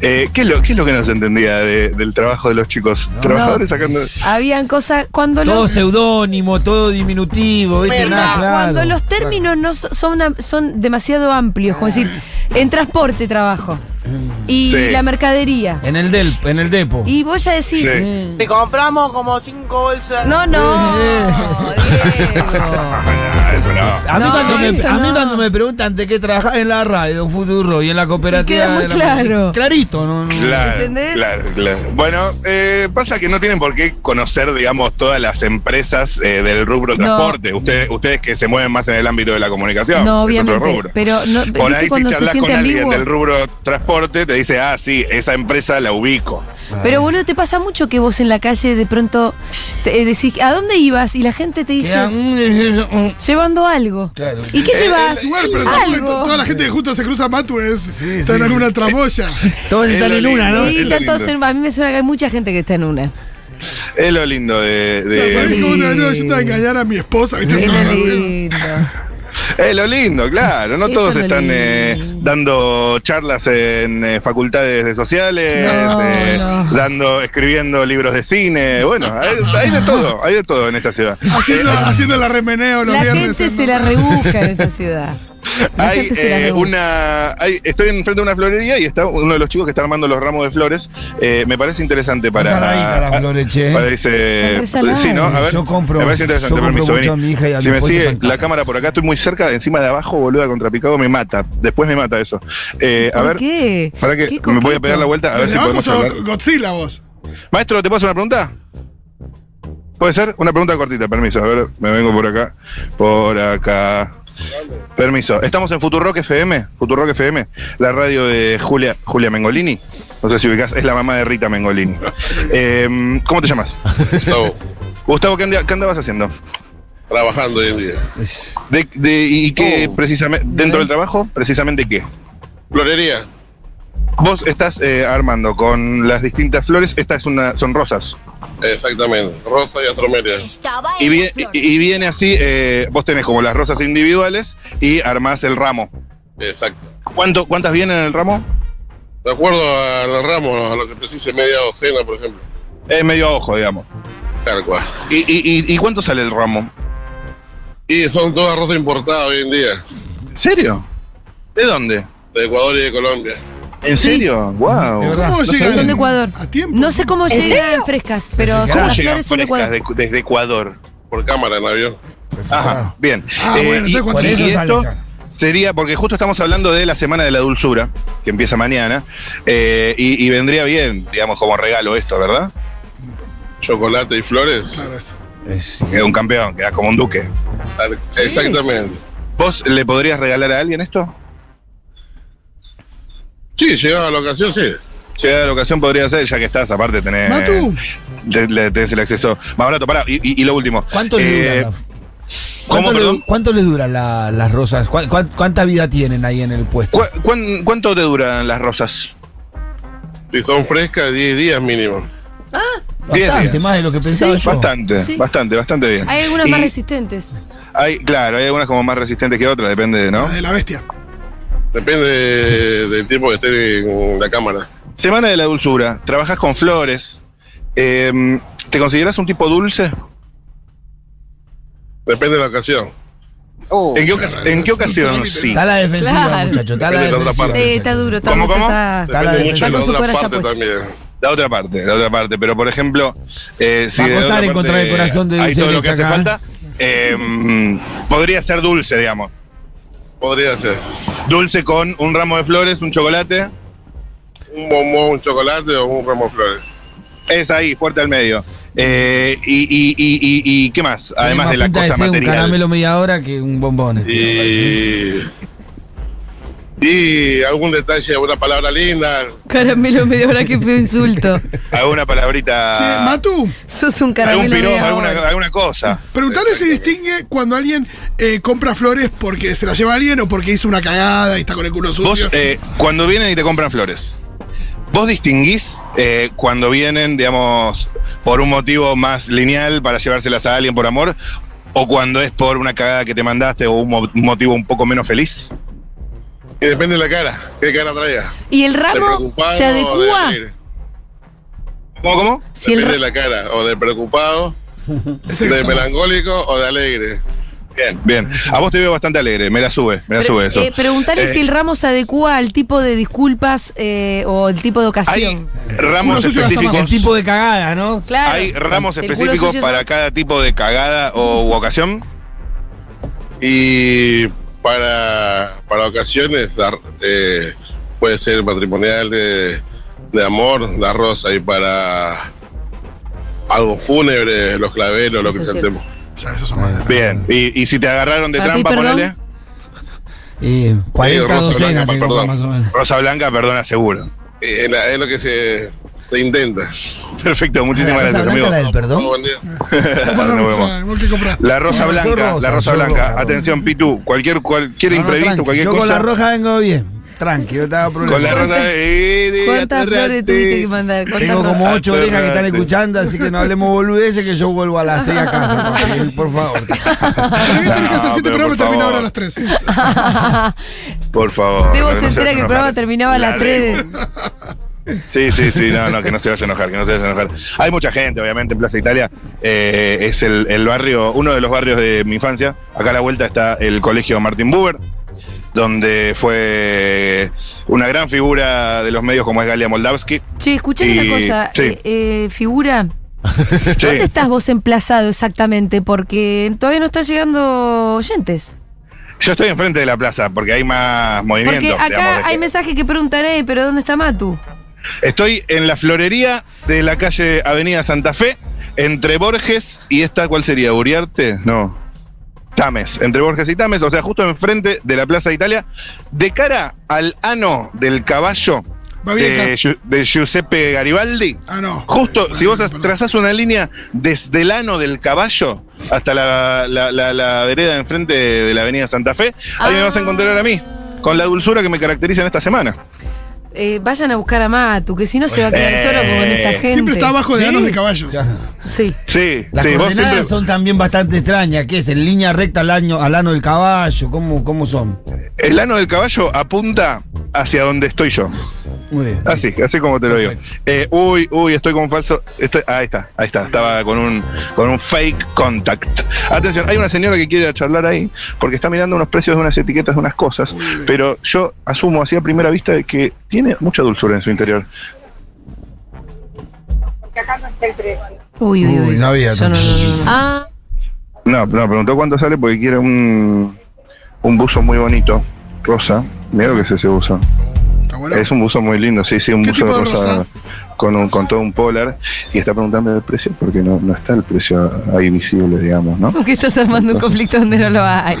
Speaker 2: Eh, ¿qué, es lo, qué es lo que nos entendía de- del trabajo de los chicos? Trabajadores sacando...
Speaker 1: Habían cosas. Cuando
Speaker 3: Todo
Speaker 1: los,
Speaker 3: seudónimo, todo diminutivo, ¿viste?
Speaker 1: Verdad,
Speaker 3: Nada, claro.
Speaker 1: cuando los términos no so- son, am- son demasiado amplios, como decir, en transporte trabajo. Y
Speaker 2: Sí.
Speaker 1: la mercadería.
Speaker 3: En el, del, en el depo.
Speaker 1: Y vos ya decís. eh,
Speaker 2: Sí.
Speaker 8: Te compramos como cinco bolsas.
Speaker 1: No, no. Diego.
Speaker 2: Ah, eso no.
Speaker 3: A mí,
Speaker 1: No,
Speaker 3: cuando me,
Speaker 1: eso
Speaker 3: a mí
Speaker 1: no.
Speaker 3: cuando me preguntan de qué trabajás en la radio, en Futuro y en la cooperativa.
Speaker 1: Y queda muy
Speaker 3: de la-
Speaker 1: claro.
Speaker 3: Clarito, ¿no? no.
Speaker 2: Claro,
Speaker 1: ¿Entendés?
Speaker 2: claro, claro. Bueno, eh, pasa que no tienen por qué conocer, digamos, todas las empresas eh, del rubro
Speaker 1: No.
Speaker 2: transporte. Ustedes, ustedes que se mueven más en el ámbito de la comunicación.
Speaker 1: No,
Speaker 2: es otro
Speaker 1: obviamente.
Speaker 2: rubro.
Speaker 1: Pero no,
Speaker 2: Por
Speaker 1: ¿viste
Speaker 2: ahí si
Speaker 1: cuando se
Speaker 2: charlas con
Speaker 1: siente
Speaker 2: alguien
Speaker 1: ambiguo.
Speaker 2: del rubro transporte, te dice, ah, sí, esa empresa la ubico.
Speaker 1: Pero boludo, te pasa mucho que vos en la calle de pronto te- eh, decís, ¿a dónde ibas? Y la gente te
Speaker 3: Queda,
Speaker 1: dice,
Speaker 3: mm, eh, eh,
Speaker 1: llevando algo.
Speaker 3: Claro.
Speaker 1: ¿Y qué llevas?
Speaker 4: Eh, Igual, pero tampoco-
Speaker 1: algo.
Speaker 4: toda la gente que justo se cruza Matu es.
Speaker 3: Sí,
Speaker 4: está en
Speaker 3: sí,
Speaker 4: alguna
Speaker 3: sí.
Speaker 4: tramoya.
Speaker 3: Todos
Speaker 2: Es
Speaker 3: están
Speaker 2: lo
Speaker 3: en una,
Speaker 2: lindo.
Speaker 3: ¿no?
Speaker 1: Sí,
Speaker 2: Es lo
Speaker 1: tanto
Speaker 2: lindo.
Speaker 1: en- a mí me suena que hay mucha gente que está en una.
Speaker 2: Es lo lindo de... de-
Speaker 4: Capaz que uno, no, yo estaba a engañar a mi esposa. ¿viste?
Speaker 1: Es
Speaker 4: No,
Speaker 1: lo
Speaker 4: no, no.
Speaker 1: lindo.
Speaker 2: Es lo lindo, claro. No
Speaker 1: Eso
Speaker 2: todos
Speaker 1: es lo
Speaker 2: están eh,
Speaker 1: lindo.
Speaker 2: dando charlas en eh, facultades de sociales,
Speaker 1: No,
Speaker 2: eh,
Speaker 1: no.
Speaker 2: dando, escribiendo libros de cine. Bueno, hay, hay de todo, hay de todo en esta ciudad.
Speaker 4: Haciendo,
Speaker 2: Eh,
Speaker 4: haciendo la remeneo los
Speaker 1: La
Speaker 4: viernes.
Speaker 1: gente
Speaker 4: en,
Speaker 1: se
Speaker 4: no
Speaker 1: la
Speaker 4: sé.
Speaker 1: rebusca en esta ciudad. La
Speaker 2: Hay
Speaker 1: gente se la
Speaker 2: eh,
Speaker 1: rebusca.
Speaker 2: una. hay- estoy enfrente de una florería y está uno de los chicos que está armando los ramos de flores. Eh, me parece interesante para. ah,
Speaker 3: Saladita la flores, che.
Speaker 2: para ese-
Speaker 1: Están re saladas.
Speaker 2: sí, ¿no? A ver,
Speaker 3: Yo compro-
Speaker 2: me parece interesante,
Speaker 3: yo compro
Speaker 2: permiso,
Speaker 3: mucho
Speaker 2: vení.
Speaker 3: a mi hija y a
Speaker 2: Si
Speaker 3: mi
Speaker 2: me
Speaker 3: esposa
Speaker 2: sigue
Speaker 3: están
Speaker 2: la cámara por acá, estoy muy cerca, de encima de abajo, boluda, contra picado, me mata. Después me mata eso. Eh, a
Speaker 1: ¿Por
Speaker 2: ver,
Speaker 1: qué?
Speaker 2: para que
Speaker 1: ¿Qué
Speaker 2: me voy a
Speaker 1: coqueto?
Speaker 2: pegar la vuelta a ver
Speaker 4: Desde
Speaker 2: si
Speaker 4: abajo
Speaker 2: podemos hablar.
Speaker 4: sos Godzilla vos.
Speaker 2: Maestro, ¿te puedo hacer una pregunta? ¿Puede ser? Una pregunta cortita, permiso. A ver, me vengo por acá. Por acá. Permiso. Estamos en Futurock FM. Futurock FM. La radio de Julia, Julia Mengolini. No sé si ubicás. Es la mamá de Rita Mengolini. Em, ¿Cómo te llamas?
Speaker 9: Estamos
Speaker 2: Gustavo, ¿qué, anda- qué andabas haciendo?
Speaker 9: trabajando hoy en día.
Speaker 2: De- de- ¿Y qué precisamente? ¿Dentro del trabajo? ¿Precisamente qué?
Speaker 9: Florería.
Speaker 2: Vos estás eh, armando con las distintas flores. Esta es una, son rosas.
Speaker 9: Exactamente. Rosa y astromeria.
Speaker 2: Y, vie- y- y viene así, eh, vos tenés como las rosas individuales y armás el ramo.
Speaker 9: Exacto.
Speaker 2: ¿Cuánto, ¿Cuántas vienen en el ramo?
Speaker 9: De acuerdo al ramo, a lo que precise media docena, por ejemplo.
Speaker 2: Es medio a ojo, digamos.
Speaker 9: Tal cual.
Speaker 2: ¿Y, y, y- y cuánto sale el ramo?
Speaker 9: Y son todas rosas importadas hoy en día.
Speaker 2: ¿En serio? ¿De dónde?
Speaker 9: De Ecuador y de Colombia.
Speaker 2: ¿En
Speaker 1: Sí.
Speaker 2: serio? ¡Wow!
Speaker 3: De verdad.
Speaker 4: ¿Cómo llegan?
Speaker 1: Son de Ecuador.
Speaker 4: A tiempo.
Speaker 1: No sé cómo
Speaker 6: ¿En
Speaker 1: llegan frescas, pero son
Speaker 2: ¿Cómo
Speaker 1: las
Speaker 2: llegan
Speaker 1: flores son de
Speaker 2: frescas
Speaker 1: Ecuador.
Speaker 2: de- desde Ecuador?
Speaker 9: Por cámara en avión.
Speaker 2: Ajá, bien. Eh,
Speaker 4: Ah, bueno, entonces,
Speaker 2: y-
Speaker 4: ¿cuánto
Speaker 2: y-
Speaker 4: sale?
Speaker 2: y
Speaker 3: Eso sale
Speaker 2: esto
Speaker 3: caro.
Speaker 2: sería, porque justo estamos hablando de la Semana de la Dulzura, que empieza mañana, eh, y, y vendría bien, digamos, como regalo esto, ¿verdad?
Speaker 9: Chocolate y flores.
Speaker 4: Claro, eso.
Speaker 3: Es-
Speaker 2: Queda un campeón, queda como un duque.
Speaker 9: Tal- Exactamente.
Speaker 2: ¿Vos le podrías regalar a alguien esto?
Speaker 9: Sí, llegaba la ocasión, sí.
Speaker 2: Llegada la ocasión podría ser, ya que estás, aparte tenés.
Speaker 4: Matu.
Speaker 2: te- le- tenés el acceso más barato. Pará, y, y- y lo último.
Speaker 3: ¿Cuánto le
Speaker 2: Eh,
Speaker 3: dura la-
Speaker 2: ¿Cómo,
Speaker 3: ¿Cuánto,
Speaker 2: perdón?
Speaker 3: le, cuánto le duran la- las rosas? ¿Cuán- cuán- ¿Cuánta vida tienen ahí en el puesto?
Speaker 2: ¿Cu- cuán- ¿Cuánto te duran las rosas?
Speaker 9: Si son frescas, 10 días mínimo.
Speaker 2: diez
Speaker 3: Bastante,
Speaker 2: días.
Speaker 3: más de lo que pensaba yo.
Speaker 2: Bastante,
Speaker 1: Sí.
Speaker 2: bastante, bastante bien.
Speaker 1: Hay algunas
Speaker 2: Y
Speaker 1: más resistentes.
Speaker 2: hay- claro, hay algunas como más resistentes que otras, depende, ¿no?
Speaker 4: La de la bestia.
Speaker 9: Depende de- del tiempo que esté en la cámara.
Speaker 2: Semana de la dulzura, trabajás con flores. eh, ¿Te consideras un tipo dulce?
Speaker 9: Depende de la ocasión.
Speaker 1: Oh.
Speaker 2: ¿En qué, ocas- en qué ocasión?
Speaker 4: Claro.
Speaker 2: Sí.
Speaker 3: Está la defensiva,
Speaker 1: Claro.
Speaker 3: muchacho. Está la
Speaker 9: Depende de la otra
Speaker 3: defensiva.
Speaker 9: parte.
Speaker 1: Sí, está duro, está
Speaker 2: ¿Cómo,
Speaker 1: duro,
Speaker 2: cómo?
Speaker 1: está-
Speaker 3: Está la
Speaker 9: Depende mucho de
Speaker 1: defensiva.
Speaker 9: la
Speaker 1: Está con
Speaker 9: otra
Speaker 1: su
Speaker 9: parte
Speaker 1: corazón
Speaker 9: también.
Speaker 2: La otra parte, la otra parte. Pero por ejemplo, eh, si
Speaker 3: Va a
Speaker 2: de
Speaker 3: costar
Speaker 2: otra
Speaker 3: encontrar el corazón de
Speaker 2: hay
Speaker 3: Dulce
Speaker 2: todo lo que hace
Speaker 3: Leche acá,
Speaker 2: falta, eh, mm, podría ser dulce, digamos.
Speaker 9: Podría ser.
Speaker 2: Dulce con un ramo de flores, un chocolate.
Speaker 9: un bombón, un chocolate o un ramo de flores.
Speaker 2: Es ahí, fuerte al medio. Eh, y, y- y- y- y qué más?
Speaker 3: Tiene
Speaker 2: Además
Speaker 3: más
Speaker 2: de la
Speaker 3: pinta
Speaker 2: cosa
Speaker 3: ser un
Speaker 2: material.
Speaker 3: caramelo media hora que un bombón. este, me parece.
Speaker 9: Y, y algún detalle, una palabra linda.
Speaker 1: Caramelo media hora, qué feo insulto.
Speaker 2: Alguna palabrita.
Speaker 4: Che, Matu,
Speaker 1: Sos un
Speaker 2: algún
Speaker 1: caramelo
Speaker 2: Ah, piropo,
Speaker 1: media
Speaker 2: alguna,
Speaker 1: hora.
Speaker 2: alguna cosa.
Speaker 4: preguntale si distingue cuando alguien eh, compra flores porque se las lleva alguien o porque hizo una cagada y está con el culo
Speaker 2: Vos,
Speaker 4: sucio.
Speaker 2: eh, cuando vienen y te compran flores, ¿Vos distinguís eh, cuando vienen, digamos, por un motivo más lineal para llevárselas a alguien por amor? ¿O cuando es por una cagada que te mandaste o un mo- un motivo un poco menos feliz?
Speaker 9: Y depende de la cara. ¿Qué cara traiga?
Speaker 1: ¿Y el
Speaker 9: ¿De
Speaker 1: ramo
Speaker 9: preocupado
Speaker 1: se
Speaker 9: o de
Speaker 1: adecua?
Speaker 9: alegre?
Speaker 2: ¿Cómo, cómo?
Speaker 1: Si el
Speaker 9: Depende de
Speaker 1: ra-
Speaker 9: la cara. O de preocupado,
Speaker 4: Ese que
Speaker 9: de
Speaker 4: está más-
Speaker 9: melancólico o de alegre.
Speaker 2: Bien, bien. A vos te veo bastante alegre, me la sube, me la
Speaker 1: pre-
Speaker 2: sube eso.
Speaker 1: eh, preguntale
Speaker 2: Eh,
Speaker 1: si el ramo se adecua al tipo de disculpas eh, o el tipo de
Speaker 2: Hay
Speaker 1: ocasión.
Speaker 4: Uno
Speaker 2: ramos
Speaker 4: sucio gasta más.
Speaker 3: El
Speaker 2: específicos.
Speaker 3: tipo de cagada, ¿no?
Speaker 1: Claro.
Speaker 2: Hay ramos
Speaker 1: Si el culo
Speaker 2: específicos
Speaker 1: sucio es-
Speaker 2: para cada tipo de cagada o u ocasión.
Speaker 9: Y para, para ocasiones dar- eh, puede ser matrimonial de, de amor, la rosa, y para algo fúnebre, los claveros, lo
Speaker 1: Eso
Speaker 9: que
Speaker 1: es
Speaker 9: cantemos.
Speaker 4: Ya, esos son más de-
Speaker 2: Bien. Y, y si te agarraron de
Speaker 1: Papi,
Speaker 2: trampa,
Speaker 1: perdón.
Speaker 2: ponele.
Speaker 3: Eh, 40
Speaker 9: Rosa
Speaker 3: docenas,
Speaker 9: Blanca,
Speaker 3: tengo
Speaker 9: perdón.
Speaker 3: más o menos.
Speaker 2: Rosa Blanca, perdona, seguro.
Speaker 9: Eh, Es, la- es lo que se, se intenta.
Speaker 2: Perfecto, muchísimas
Speaker 3: La
Speaker 2: gracias,
Speaker 3: Rosa Blanca,
Speaker 2: amigo.
Speaker 3: la del perdón.
Speaker 9: Muy buen día.
Speaker 4: ¿Qué pasa,
Speaker 2: Nos
Speaker 4: Rosa?
Speaker 2: vemos.
Speaker 4: ¿Vos qué comprás?
Speaker 2: La rosa
Speaker 3: No,
Speaker 2: blanca,
Speaker 3: soy rosa,
Speaker 2: la rosa
Speaker 3: soy
Speaker 2: blanca.
Speaker 3: rosa.
Speaker 2: Atención, Pitu. Cualquier, cualquier
Speaker 3: No, no,
Speaker 2: imprevisto,
Speaker 3: tranqui.
Speaker 2: cualquier
Speaker 3: Yo
Speaker 2: cosa.
Speaker 3: con la roja vengo bien. Tranqui, no te hagas problema.
Speaker 2: Con la rosa. eh,
Speaker 1: ¿Cuántas
Speaker 2: aterrate.
Speaker 1: flores tuviste que mandar? ¿Cuántas
Speaker 3: Tengo
Speaker 1: rosas?
Speaker 3: como ocho
Speaker 2: Ah,
Speaker 3: orejas que están
Speaker 2: sí.
Speaker 3: escuchando, así que no hablemos boludeces que yo vuelvo a las seis a casa, papi, eh, por favor.
Speaker 4: ¿Para qué tenés que
Speaker 2: No,
Speaker 4: hacer siete
Speaker 2: Ah, pero
Speaker 4: programas y
Speaker 2: por
Speaker 4: termina
Speaker 2: favor.
Speaker 4: ahora a las 3?
Speaker 2: Por favor.
Speaker 1: Debo
Speaker 2: no se
Speaker 1: se entera
Speaker 2: vayan
Speaker 1: que
Speaker 2: a
Speaker 1: el programa
Speaker 2: enojar.
Speaker 1: terminaba a las
Speaker 2: La
Speaker 1: 3.
Speaker 2: demo. Sí, sí, sí, no, no, que no se vaya a enojar, que no se vaya a enojar. Hay mucha gente, obviamente, en Plaza Italia. Eh, es el, el barrio, uno de los barrios de mi infancia. Acá a la vuelta está el colegio Martín Buber, donde fue una gran figura de los medios como es Galia Moldavsky.
Speaker 1: Che, escuchame
Speaker 2: Y-
Speaker 1: una cosa.
Speaker 2: sí.
Speaker 1: eh, eh, figura,
Speaker 2: Sí.
Speaker 1: ¿dónde estás vos emplazado exactamente? Porque todavía no están llegando oyentes.
Speaker 2: Yo estoy enfrente de la plaza porque hay más
Speaker 1: Porque
Speaker 2: movimiento.
Speaker 1: acá
Speaker 2: digamos, de
Speaker 1: hay
Speaker 2: gente.
Speaker 1: mensajes que preguntan, "Ey, pero ¿dónde está Matu?
Speaker 2: Estoy en la florería de la calle Avenida Santa Fe, entre Borges y esta, ¿cuál sería? ¿Uriarte? No. Tames, entre Borges y Tames, o sea, justo enfrente de la Plaza de Italia, de cara al ano del caballo
Speaker 4: Va bien,
Speaker 2: de, Giu- de Giuseppe Garibaldi.
Speaker 4: Ah, no.
Speaker 2: Justo, si vos
Speaker 4: Perdón.
Speaker 2: trazás una línea desde el ano del caballo hasta la, la- la- la vereda de enfrente de la Avenida Santa Fe, ahí me vas a encontrar a mí, con la dulzura que me caracteriza en esta semana.
Speaker 1: Eh, vayan a buscar a Matu, que si no se va a quedar
Speaker 2: Eh,
Speaker 1: solo con esta gente.
Speaker 4: Siempre está abajo de
Speaker 3: Sí.
Speaker 4: anos de caballos.
Speaker 1: Sí.
Speaker 2: Sí,
Speaker 3: Las
Speaker 2: sí, vos
Speaker 3: coordenadas
Speaker 2: siempre-
Speaker 3: son también bastante extrañas, ¿qué es? En línea recta al año, al ano del caballo, ¿cómo, cómo son?
Speaker 2: El ano del caballo apunta hacia donde estoy yo.
Speaker 3: Muy bien.
Speaker 2: Así, así como te lo digo. Eh, uy, uy, estoy con falso. Estoy, ah, ahí está, ahí está. Estaba con un, con un fake contact. Atención, hay una señora que quiere charlar ahí porque está mirando unos precios de unas etiquetas de unas cosas. Pero yo asumo así a primera vista de que tiene mucha dulzura en su interior.
Speaker 1: Uy, uy, uy.
Speaker 3: Uy, no había
Speaker 1: Yo no,
Speaker 3: tanto.
Speaker 1: no, no, no. Ah,
Speaker 2: No, no, preguntó cuánto sale porque quiere un, un buzo muy bonito. Rosa. Mira lo que es ese buzo.
Speaker 4: Está bueno.
Speaker 2: Es un buzo muy lindo, sí, sí, un
Speaker 4: ¿Qué
Speaker 2: buzo
Speaker 4: tipo de
Speaker 2: rosa,
Speaker 4: rosa?
Speaker 2: Con, un- con todo un polar. Y está preguntando el precio porque no, no está el precio ahí visible, digamos, ¿no?
Speaker 1: ¿por qué estás armando un conflicto donde no lo hay?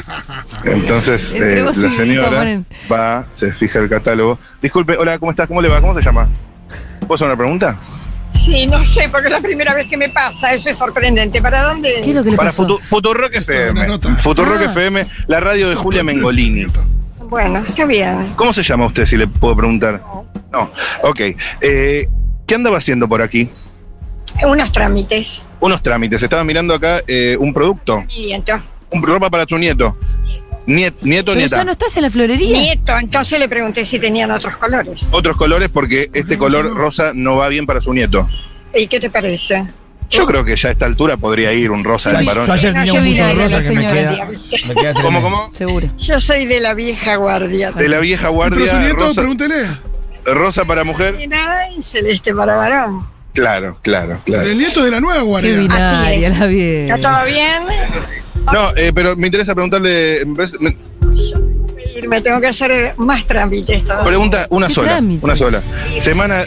Speaker 2: Entonces,
Speaker 1: Entre
Speaker 2: eh, la
Speaker 1: vos y Dieguito,
Speaker 2: señora
Speaker 1: ponen.
Speaker 2: va, se fija el catálogo. Disculpe, hola, ¿cómo estás? ¿Cómo le va? ¿Cómo se llama? ¿Puedo hacer una pregunta?
Speaker 6: Sí, no sé, porque es la primera vez que me pasa. Eso es sorprendente. ¿Para dónde?
Speaker 1: ¿Qué es lo que le
Speaker 2: Para
Speaker 1: pasó?
Speaker 2: Futu- Futurock
Speaker 4: Esto es una
Speaker 2: FM.
Speaker 4: nota.
Speaker 2: Futurock
Speaker 1: Ah.
Speaker 2: FM, la radio de Julia Mengolini.
Speaker 6: Bueno, está bien.
Speaker 2: ¿Cómo se llama usted, si le puedo preguntar? No, ok. Eh, ¿Qué andaba haciendo por aquí?
Speaker 6: Unos trámites.
Speaker 2: Unos trámites. Estaba mirando acá eh, un producto.
Speaker 6: Y entonces-
Speaker 2: un ropa para tu nieto. Niet- nieto,
Speaker 1: Pero
Speaker 2: nieta.
Speaker 1: ya no estás en la florería.
Speaker 6: Nieto, entonces le pregunté si tenían otros colores.
Speaker 2: Otros colores porque este color rosa no va bien para su nieto.
Speaker 6: ¿Y qué te parece?
Speaker 2: Yo creo que ya a esta altura podría ir un rosa
Speaker 3: Yo,
Speaker 2: del
Speaker 3: yo
Speaker 2: varón.
Speaker 3: ayer
Speaker 6: No,
Speaker 3: tenía
Speaker 6: yo
Speaker 3: un
Speaker 6: vi
Speaker 3: buzo
Speaker 6: la de la
Speaker 3: rosa que me
Speaker 6: señora,
Speaker 3: queda,
Speaker 6: digamos.
Speaker 3: me queda
Speaker 2: ¿Cómo,
Speaker 3: tremendo.
Speaker 2: cómo?
Speaker 1: Seguro.
Speaker 6: Yo soy de la vieja guardia.
Speaker 2: De la vieja
Speaker 4: Pero su
Speaker 2: guardia,
Speaker 4: nieto,
Speaker 2: rosa,
Speaker 4: pregúntele.
Speaker 2: rosa para mujer.
Speaker 6: Y nada, y celeste para varón.
Speaker 2: Claro, claro, claro.
Speaker 4: El nieto de la nueva
Speaker 1: Qué
Speaker 4: guardia.
Speaker 1: binaria, la
Speaker 6: ¿Está
Speaker 1: bien.
Speaker 6: todo bien?
Speaker 2: No, eh, pero me interesa preguntarle. me parece- me-
Speaker 6: Me tengo que hacer más trámites. todo.
Speaker 2: Pregunta una
Speaker 1: ¿Qué
Speaker 2: sola.
Speaker 1: trámites?
Speaker 2: Una sola. Semana,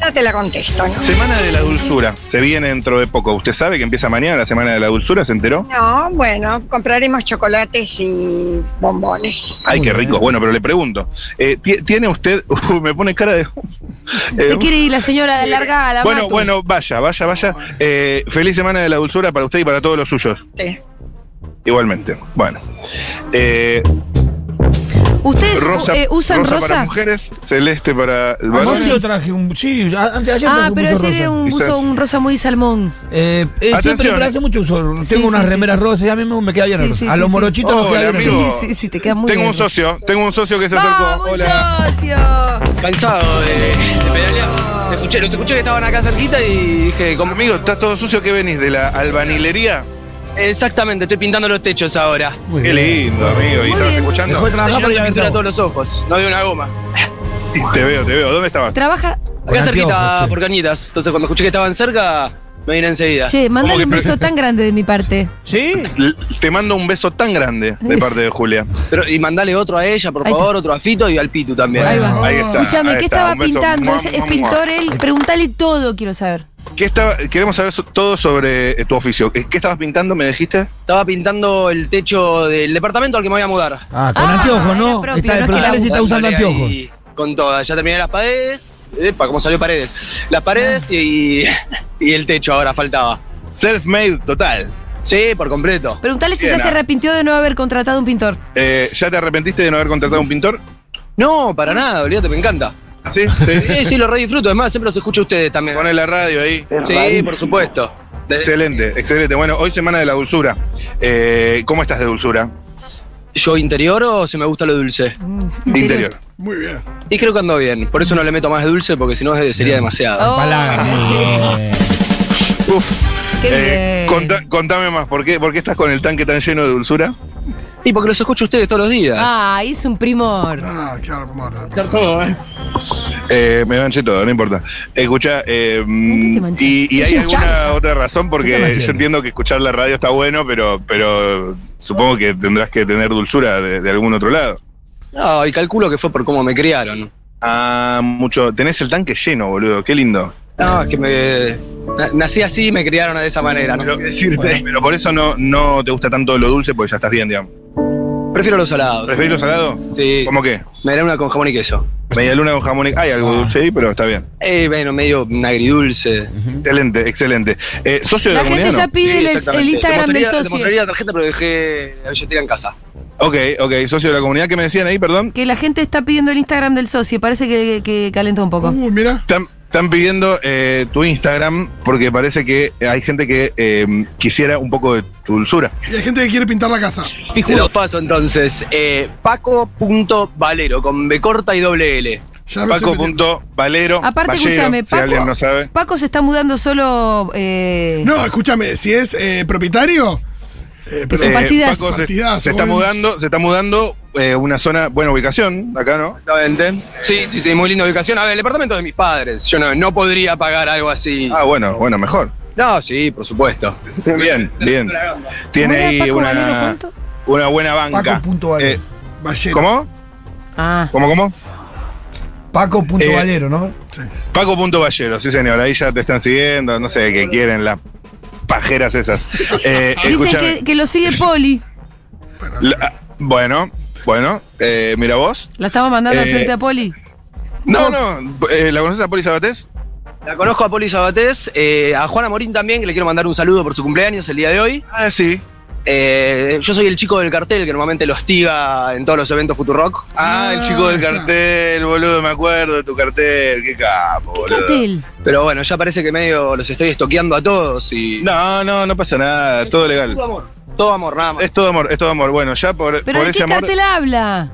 Speaker 6: Ya te la contesto, ¿no?
Speaker 2: semana de la dulzura. Se viene dentro de poco. ¿Usted sabe que empieza mañana la semana de la dulzura? ¿Se enteró?
Speaker 6: No, bueno, compraremos chocolates y bombones.
Speaker 2: Ay, qué
Speaker 3: Muy
Speaker 2: rico. Bueno, pero le pregunto. eh, ¿tie- ¿Tiene usted.? uh, me pone cara de. Eh,
Speaker 1: Se quiere ir la señora de larga a la
Speaker 2: Bueno,
Speaker 1: Matu.
Speaker 2: bueno, vaya, vaya, vaya. Eh, feliz semana de la dulzura para usted y para todos los suyos.
Speaker 6: Sí.
Speaker 2: Igualmente. Bueno. Eh,
Speaker 1: ¿Ustedes
Speaker 2: Rosa,
Speaker 1: eh, usan rosa?
Speaker 2: para mujeres, celeste para el varón.
Speaker 3: Ayer yo traje un. Sí, a- antes de ayer traje
Speaker 1: ah,
Speaker 3: un
Speaker 1: pero
Speaker 3: buzo
Speaker 1: ayer
Speaker 3: rosa.
Speaker 1: era un,
Speaker 2: Quizás.
Speaker 1: buzo, un rosa muy salmón.
Speaker 3: Eh, eh, siempre,
Speaker 2: Atención.
Speaker 3: pero hace mucho uso. Tengo
Speaker 1: Sí,
Speaker 3: unas
Speaker 1: sí, sí,
Speaker 3: remeras
Speaker 1: sí.
Speaker 3: rosas y a mí me, me queda bien la
Speaker 1: Sí,
Speaker 3: rosa.
Speaker 1: sí,
Speaker 3: a
Speaker 1: sí,
Speaker 3: los
Speaker 1: sí,
Speaker 3: morochitos
Speaker 2: sí.
Speaker 3: nos queda
Speaker 2: Hola,
Speaker 3: bien la
Speaker 2: amigo.
Speaker 3: rosa.
Speaker 1: Sí, sí, sí, te queda muy
Speaker 2: Tengo
Speaker 1: bien.
Speaker 2: un socio, tengo un socio que se acercó.
Speaker 1: ¡Vamos, un
Speaker 2: Hola.
Speaker 1: socio!
Speaker 10: Cansado de,
Speaker 2: Eh,
Speaker 10: de pedalear. Te escuché, los escuché que estaban acá cerquita y dije, como-
Speaker 2: Ah, Amigo, ¿estás todo sucio? ¿Qué venís? ¿De la albanilería?
Speaker 10: exactamente, estoy pintando los techos ahora.
Speaker 3: Muy
Speaker 2: Qué
Speaker 3: bien.
Speaker 2: lindo, amigo. ¿Y
Speaker 1: Muy
Speaker 2: estabas
Speaker 1: bien.
Speaker 2: escuchando?
Speaker 3: Dejó de trabajar para ir a ver
Speaker 10: pintura a todos
Speaker 3: Acá
Speaker 10: los ojos, no veo una goma.
Speaker 2: Y te veo, te veo. ¿Dónde estabas?
Speaker 1: Trabaja.
Speaker 10: Acá cerquita, por cañitas. Entonces cuando escuché que estaban cerca, me vine enseguida.
Speaker 1: Che,
Speaker 2: Como
Speaker 1: mandale
Speaker 2: que
Speaker 1: un
Speaker 2: pre-
Speaker 1: beso tan grande de mi parte.
Speaker 3: ¿Sí?
Speaker 2: L- Te mando un beso tan grande de
Speaker 1: Es-
Speaker 2: parte de Julia.
Speaker 10: Pero- y mandale otro a ella, por
Speaker 1: Ahí está.
Speaker 10: favor, otro a Fito y al Pitu también.
Speaker 1: Ahí va.
Speaker 2: Ahí está.
Speaker 1: Escúchame,
Speaker 2: ahí
Speaker 1: ¿qué
Speaker 2: está,
Speaker 1: estaba
Speaker 2: un beso.
Speaker 1: pintando? eh? ¿Es, es
Speaker 2: Mua, mua,
Speaker 1: pintor él? Pregúntale todo, quiero saber.
Speaker 2: ¿Qué estaba, queremos saber so- todo sobre eh, tu oficio. ¿Qué qué estabas pintando, me dijiste?
Speaker 10: Estaba pintando el techo del departamento al que me voy a mudar.
Speaker 3: Ah, con
Speaker 1: Ah,
Speaker 3: anteojos,
Speaker 1: era
Speaker 3: ¿no? está,
Speaker 1: propio, no es que
Speaker 3: preguntale
Speaker 1: la
Speaker 3: si está usando
Speaker 10: Dándole
Speaker 3: anteojos.
Speaker 10: ahí Con todas, ya terminé las paredes. Epa, ¿cómo salió paredes? Las
Speaker 1: Ah.
Speaker 10: paredes y, y el techo ahora faltaba.
Speaker 2: Self-made total.
Speaker 10: Sí, por completo.
Speaker 1: Preguntale si
Speaker 2: Bien,
Speaker 1: ya se
Speaker 2: ah.
Speaker 1: arrepintió de no haber contratado un pintor.
Speaker 2: Eh, ¿Ya te arrepentiste de no haber contratado a un pintor?
Speaker 10: No, para nada, olvídate, me encanta. Eh,
Speaker 2: Sí, sí.
Speaker 10: Sí, sí, lo re disfruto. Además, siempre los escucho a ustedes también.
Speaker 2: Pone la radio ahí.
Speaker 10: Sí, por supuesto. Desde-
Speaker 2: Excelente, excelente. Bueno, hoy semana de la dulzura. Eh, ¿Cómo estás de dulzura?
Speaker 10: Yo interior o se me gusta lo dulce.
Speaker 2: Mm. Interior.
Speaker 4: Muy bien.
Speaker 10: Y creo que ando bien. Por eso no le meto más dulce porque si no eh, sería demasiado.
Speaker 1: Oh,
Speaker 3: Palabras, muy bien.
Speaker 2: Uf.
Speaker 1: qué
Speaker 2: Eh,
Speaker 1: bien.
Speaker 2: contá- contame más, ¿por qué, ¿por qué estás con el tanque tan lleno de dulzura?
Speaker 10: Y porque los escucho a ustedes todos los días.
Speaker 1: Ah, es un primor.
Speaker 4: Ah, qué amor. de persona.
Speaker 7: Todo, ¿eh?
Speaker 2: Eh, me manché todo, no importa. Escucha,
Speaker 1: qué te manchaste?
Speaker 2: y, y hay
Speaker 1: Es un
Speaker 2: alguna otra razón?
Speaker 3: ¿Qué estás
Speaker 2: Porque yo
Speaker 3: haciendo?
Speaker 2: entiendo que escuchar la radio está bueno, pero, pero supongo que tendrás que tener dulzura de, de algún otro lado.
Speaker 10: No, y calculo que fue por cómo me criaron.
Speaker 2: Ah, mucho. Tenés el tanque lleno, boludo, qué lindo.
Speaker 10: No, es que me. na- Nací así y me criaron de esa manera, no sé qué decirte.
Speaker 2: Pero por eso no, no te gusta tanto lo dulce, porque ya estás bien, digamos.
Speaker 10: Prefiero los salados.
Speaker 2: ¿Preferís lo salado?
Speaker 10: Sí.
Speaker 2: ¿Cómo qué?
Speaker 10: Me daré una con jamón y queso. Ah.
Speaker 2: Media luna con jamón y... Hay algo dulce ahí, pero está bien.
Speaker 10: Eh, bueno, medio un agridulce.
Speaker 2: Excelente, excelente. Eh, socio de la,
Speaker 1: La gente
Speaker 2: comunidad,
Speaker 1: ya
Speaker 2: ¿no?
Speaker 1: pide
Speaker 10: Sí,
Speaker 1: el- el,
Speaker 10: exactamente.
Speaker 1: Instagram
Speaker 10: Te
Speaker 1: del
Speaker 10: mostraría- Te
Speaker 1: socio.
Speaker 10: mostraría la tarjeta, pero dejé la billetera en casa.
Speaker 2: Ok, ok, socio de la comunidad, ¿qué me decían ahí, perdón?
Speaker 1: Que la gente está pidiendo el Instagram del socio. Parece que, que calentó un poco.
Speaker 4: Uy, mira.
Speaker 2: Están, están pidiendo eh, tu Instagram porque parece que hay gente que eh, quisiera un poco de tu dulzura.
Speaker 4: Y hay gente que quiere pintar la casa.
Speaker 10: Se los paso entonces. Eh, Paco.valero con B corta y doble L.
Speaker 4: Ya me estoy metiendo.
Speaker 2: Paco.valero.
Speaker 1: Aparte,
Speaker 2: Ballero,
Speaker 1: escúchame,
Speaker 2: Si alguien
Speaker 1: Paco-
Speaker 2: no sabe.
Speaker 1: Paco se está mudando solo. eh,
Speaker 4: No, escúchame, si es eh, propietario. eh, pero-
Speaker 1: Son
Speaker 2: Eh,
Speaker 1: partidas.
Speaker 2: Paco se,
Speaker 4: Partidas,
Speaker 2: se está
Speaker 4: buenos.
Speaker 2: mudando, se está mudando eh, una zona, buena ubicación, acá, ¿no?
Speaker 10: Exactamente. Sí, sí, sí, muy linda ubicación. A ver, el departamento de mis padres. Yo no, no podría pagar algo así.
Speaker 2: Ah, bueno, bueno, mejor.
Speaker 10: No, sí, por supuesto.
Speaker 2: Bien, bien. Tiene
Speaker 1: ¿Cómo era
Speaker 2: ahí
Speaker 1: Paco Valero,
Speaker 2: una,
Speaker 1: cuánto?
Speaker 2: una buena banca.
Speaker 3: Paco punto Valero.
Speaker 2: Eh,
Speaker 4: Ballero.
Speaker 2: ¿Cómo?
Speaker 1: Ah.
Speaker 2: ¿Cómo, cómo?
Speaker 3: Paco punto
Speaker 2: Eh,
Speaker 3: Valero, ¿no?
Speaker 2: Paco.Ballero, sí señor, ahí ya te están siguiendo, no sé qué quieren las pajeras esas. Eh,
Speaker 1: Dicen
Speaker 2: escúchame.
Speaker 1: que, que lo sigue Poli.
Speaker 2: La- bueno, bueno, eh, mira vos.
Speaker 1: La estamos mandando al
Speaker 2: Eh,
Speaker 1: frente a Poli.
Speaker 2: No, no, eh, ¿la conoces a Poli Sabatés?
Speaker 10: La conozco a Poli Sabatés, eh, a Juana Morín también, que le quiero mandar un saludo por su cumpleaños el día de hoy.
Speaker 2: Ah, sí.
Speaker 10: Eh, yo soy el chico del cartel que normalmente lo hostiga en todos los eventos Futurock.
Speaker 2: Ah, el chico del
Speaker 4: Ah,
Speaker 2: cartel, boludo, me acuerdo de tu cartel, qué capo,
Speaker 1: ¿Qué
Speaker 2: boludo.
Speaker 1: cartel?
Speaker 10: Pero bueno, ya parece que medio los estoy estoqueando a todos y.
Speaker 2: No, no, no pasa nada, todo legal. Este
Speaker 10: Todo amor. Todo amor, nada más.
Speaker 2: Es todo amor, es todo amor. Bueno, ya por,
Speaker 1: ¿Pero
Speaker 2: por
Speaker 1: de
Speaker 2: ese
Speaker 1: qué
Speaker 2: amor.
Speaker 1: cartel habla?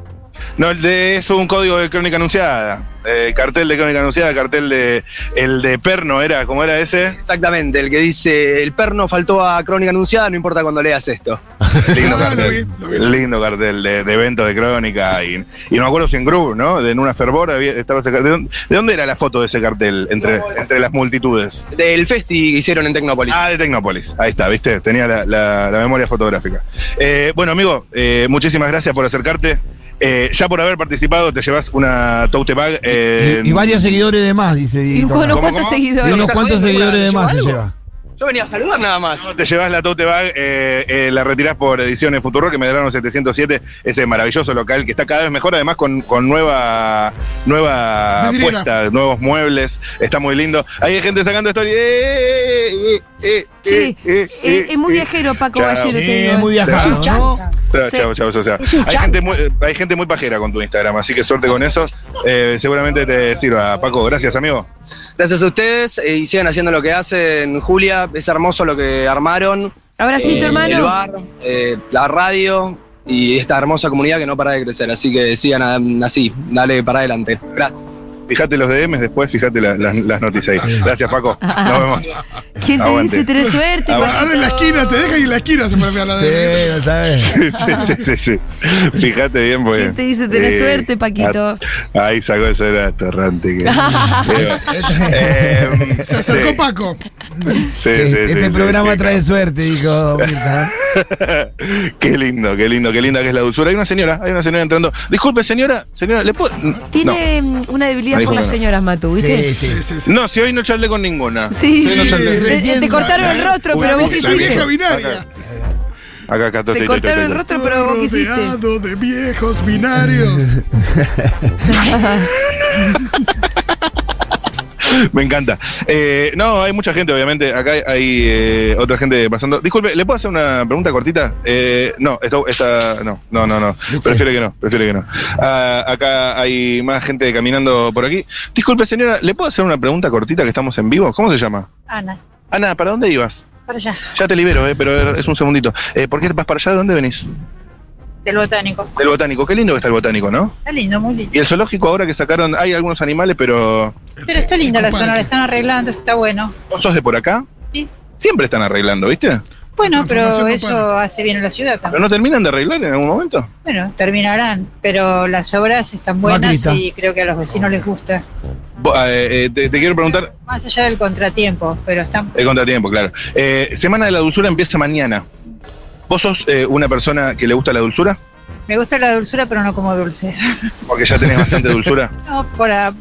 Speaker 2: No, el de- es un código de crónica anunciada. Eh, cartel de crónica anunciada, cartel de. El de perno era, ¿cómo era ese?
Speaker 10: Exactamente, el que dice el perno faltó a Crónica Anunciada, no importa cuando leas esto.
Speaker 2: Lindo
Speaker 4: Ah,
Speaker 2: cartel.
Speaker 4: lo vi, lo
Speaker 2: Lindo cartel de, de evento de crónica. Y, y no me acuerdo si en Groove, ¿no? De en una fervor había- estaba ese cartel. ¿De dónde, de dónde era la foto de ese cartel entre, entre las multitudes?
Speaker 10: Del festi que hicieron en Tecnópolis.
Speaker 2: Ah, de Tecnópolis. Ahí está, ¿viste? Tenía la, la- la memoria fotográfica. Eh, bueno, amigo, eh, muchísimas gracias por acercarte. Eh, ya por haber participado, te llevas una tote bag. eh,
Speaker 3: y, y varios seguidores de más, dice
Speaker 1: Y
Speaker 3: Dieguito acá.
Speaker 1: unos
Speaker 2: ¿Cómo,
Speaker 1: cuantos
Speaker 2: cómo?
Speaker 3: Y
Speaker 1: seguidores.
Speaker 3: unos
Speaker 10: ¿Estás
Speaker 3: cuantos
Speaker 10: jodiendo?
Speaker 3: seguidores de
Speaker 10: ¿Lleva
Speaker 3: más se
Speaker 10: algo?
Speaker 3: lleva.
Speaker 8: Yo venía a saludar nada más.
Speaker 2: Te llevas la tote bag, eh, eh, la retirás por Ediciones Futuro, que me dieron 707, ese maravilloso local que está cada vez mejor, además con, con nueva, nueva
Speaker 4: Vidriera.
Speaker 2: puesta, nuevos muebles, está muy lindo. Ahí Hay gente sacando story. ¡Eh, eh, eh, eh,
Speaker 1: Sí,
Speaker 2: eh, eh,
Speaker 1: es, es muy
Speaker 2: eh.
Speaker 1: viajero Paco
Speaker 2: Chao.
Speaker 1: Ballero, te
Speaker 3: Sí,
Speaker 1: digo.
Speaker 3: es muy viajado, ¿no?
Speaker 2: Chao,
Speaker 1: Sí.
Speaker 2: chao, chao, o sea,
Speaker 6: Es un
Speaker 2: hay,
Speaker 6: chango.
Speaker 2: gente muy, eh, hay gente muy pajera con tu Instagram, así que suerte con eso. Eh, seguramente te sirva, Paco. Gracias, amigo.
Speaker 8: Gracias a ustedes eh, y sigan haciendo lo que hacen. Julia, es hermoso lo que armaron. eh,
Speaker 1: Abracito,
Speaker 8: El
Speaker 1: hermano.
Speaker 8: bar, eh, la radio y esta hermosa comunidad que no para de crecer. Así que sigan a- así, dale para adelante. Gracias.
Speaker 2: Fíjate los DMs después, fíjate la- las- las noticias ahí. Gracias, Paco. Nos vemos.
Speaker 1: ¿Quién te
Speaker 2: aguante.
Speaker 1: dice tenés suerte?
Speaker 2: Aguante.
Speaker 4: Ahora en la esquina, te deja y en la esquina se pone a hablar
Speaker 3: Sí,
Speaker 4: de
Speaker 3: lo sabes.
Speaker 2: Sí, sí, sí, sí. Fíjate bien, porque.
Speaker 1: ¿Quién te dice tenés
Speaker 2: eh,
Speaker 1: suerte, Paquito?
Speaker 2: a- Ahí sacó eso era aterrante. Que, Eh,
Speaker 4: Se acercó
Speaker 2: sí,
Speaker 4: Paco.
Speaker 2: sí, sí,
Speaker 3: Este,
Speaker 2: sí, sí,
Speaker 3: programa
Speaker 2: sí.
Speaker 3: trae suerte, dijo Mirta.
Speaker 2: Qué lindo, qué lindo, qué linda que es la dulzura. Hay una señora, hay una señora entrando. Disculpe, señora, señora, ¿le puedo.? No.
Speaker 1: Tiene mm, una debilidad
Speaker 2: Ahí
Speaker 1: por
Speaker 2: como
Speaker 1: las
Speaker 2: no.
Speaker 1: señoras, Matu, ¿viste?
Speaker 3: Sí, sí.
Speaker 4: Sí, sí, sí.
Speaker 2: No, si hoy no charlé con ninguna.
Speaker 1: Sí,
Speaker 2: Sí, no, ya
Speaker 1: Te-
Speaker 2: sé.
Speaker 1: te,
Speaker 4: Recién-
Speaker 1: cortaron el rostro,
Speaker 2: Uy,
Speaker 1: pero
Speaker 2: la
Speaker 1: vos qué
Speaker 4: ¿eh? La vieja
Speaker 1: hiciste.
Speaker 4: binaria.
Speaker 2: Acá, acá, estoy,
Speaker 1: Te
Speaker 2: estoy, estoy,
Speaker 1: cortaron el
Speaker 2: estoy.
Speaker 1: rostro, pero vos qué hiciste.
Speaker 4: rodeado de viejos binarios.
Speaker 2: Me encanta. Eh, no, hay mucha gente, obviamente. Acá hay eh, otra gente pasando. Disculpe, ¿le puedo hacer una pregunta cortita? Eh, no, esto, esta. No, no, no, no. Prefiero que no, prefiero que no. Ah, acá hay más gente caminando por aquí. Disculpe, señora, ¿le puedo hacer una pregunta cortita que estamos en vivo? ¿Cómo se llama?
Speaker 6: Ana,
Speaker 2: Ana, ¿para dónde ibas?
Speaker 6: para allá,
Speaker 2: Ya te libero, eh, pero es un segundito. Eh, ¿Por qué vas para allá? ¿De dónde venís?
Speaker 6: del botánico.
Speaker 2: Del botánico. Qué lindo que está el botánico, ¿no?
Speaker 6: Está lindo, muy lindo.
Speaker 2: Y el zoológico ahora que sacaron, hay algunos animales, pero
Speaker 6: Pero está linda la zona,
Speaker 4: Compadre.
Speaker 6: la están arreglando, está bueno.
Speaker 2: ¿Vos sos de por acá?
Speaker 6: Sí.
Speaker 2: Siempre están arreglando, ¿viste?
Speaker 6: Bueno,
Speaker 4: La
Speaker 6: pero
Speaker 4: transformación no
Speaker 6: eso hace bien a la ciudad
Speaker 2: ¿Pero
Speaker 6: también.
Speaker 2: no terminan de arreglar en algún momento?
Speaker 6: Bueno, terminarán, pero las obras están buenas
Speaker 3: Macrista.
Speaker 6: y creo que a los vecinos les gusta.
Speaker 2: Bo- eh, eh, te, te quiero preguntar,
Speaker 6: Más allá del contratiempo, pero están...
Speaker 2: el contratiempo, claro. Eh, Semana de la Dulzura empieza mañana. ¿Vos sos eh, una persona que le gusta la dulzura?
Speaker 6: Me gusta la dulzura, pero no como dulces.
Speaker 2: Porque ya tenés bastante dulzura.
Speaker 6: No, para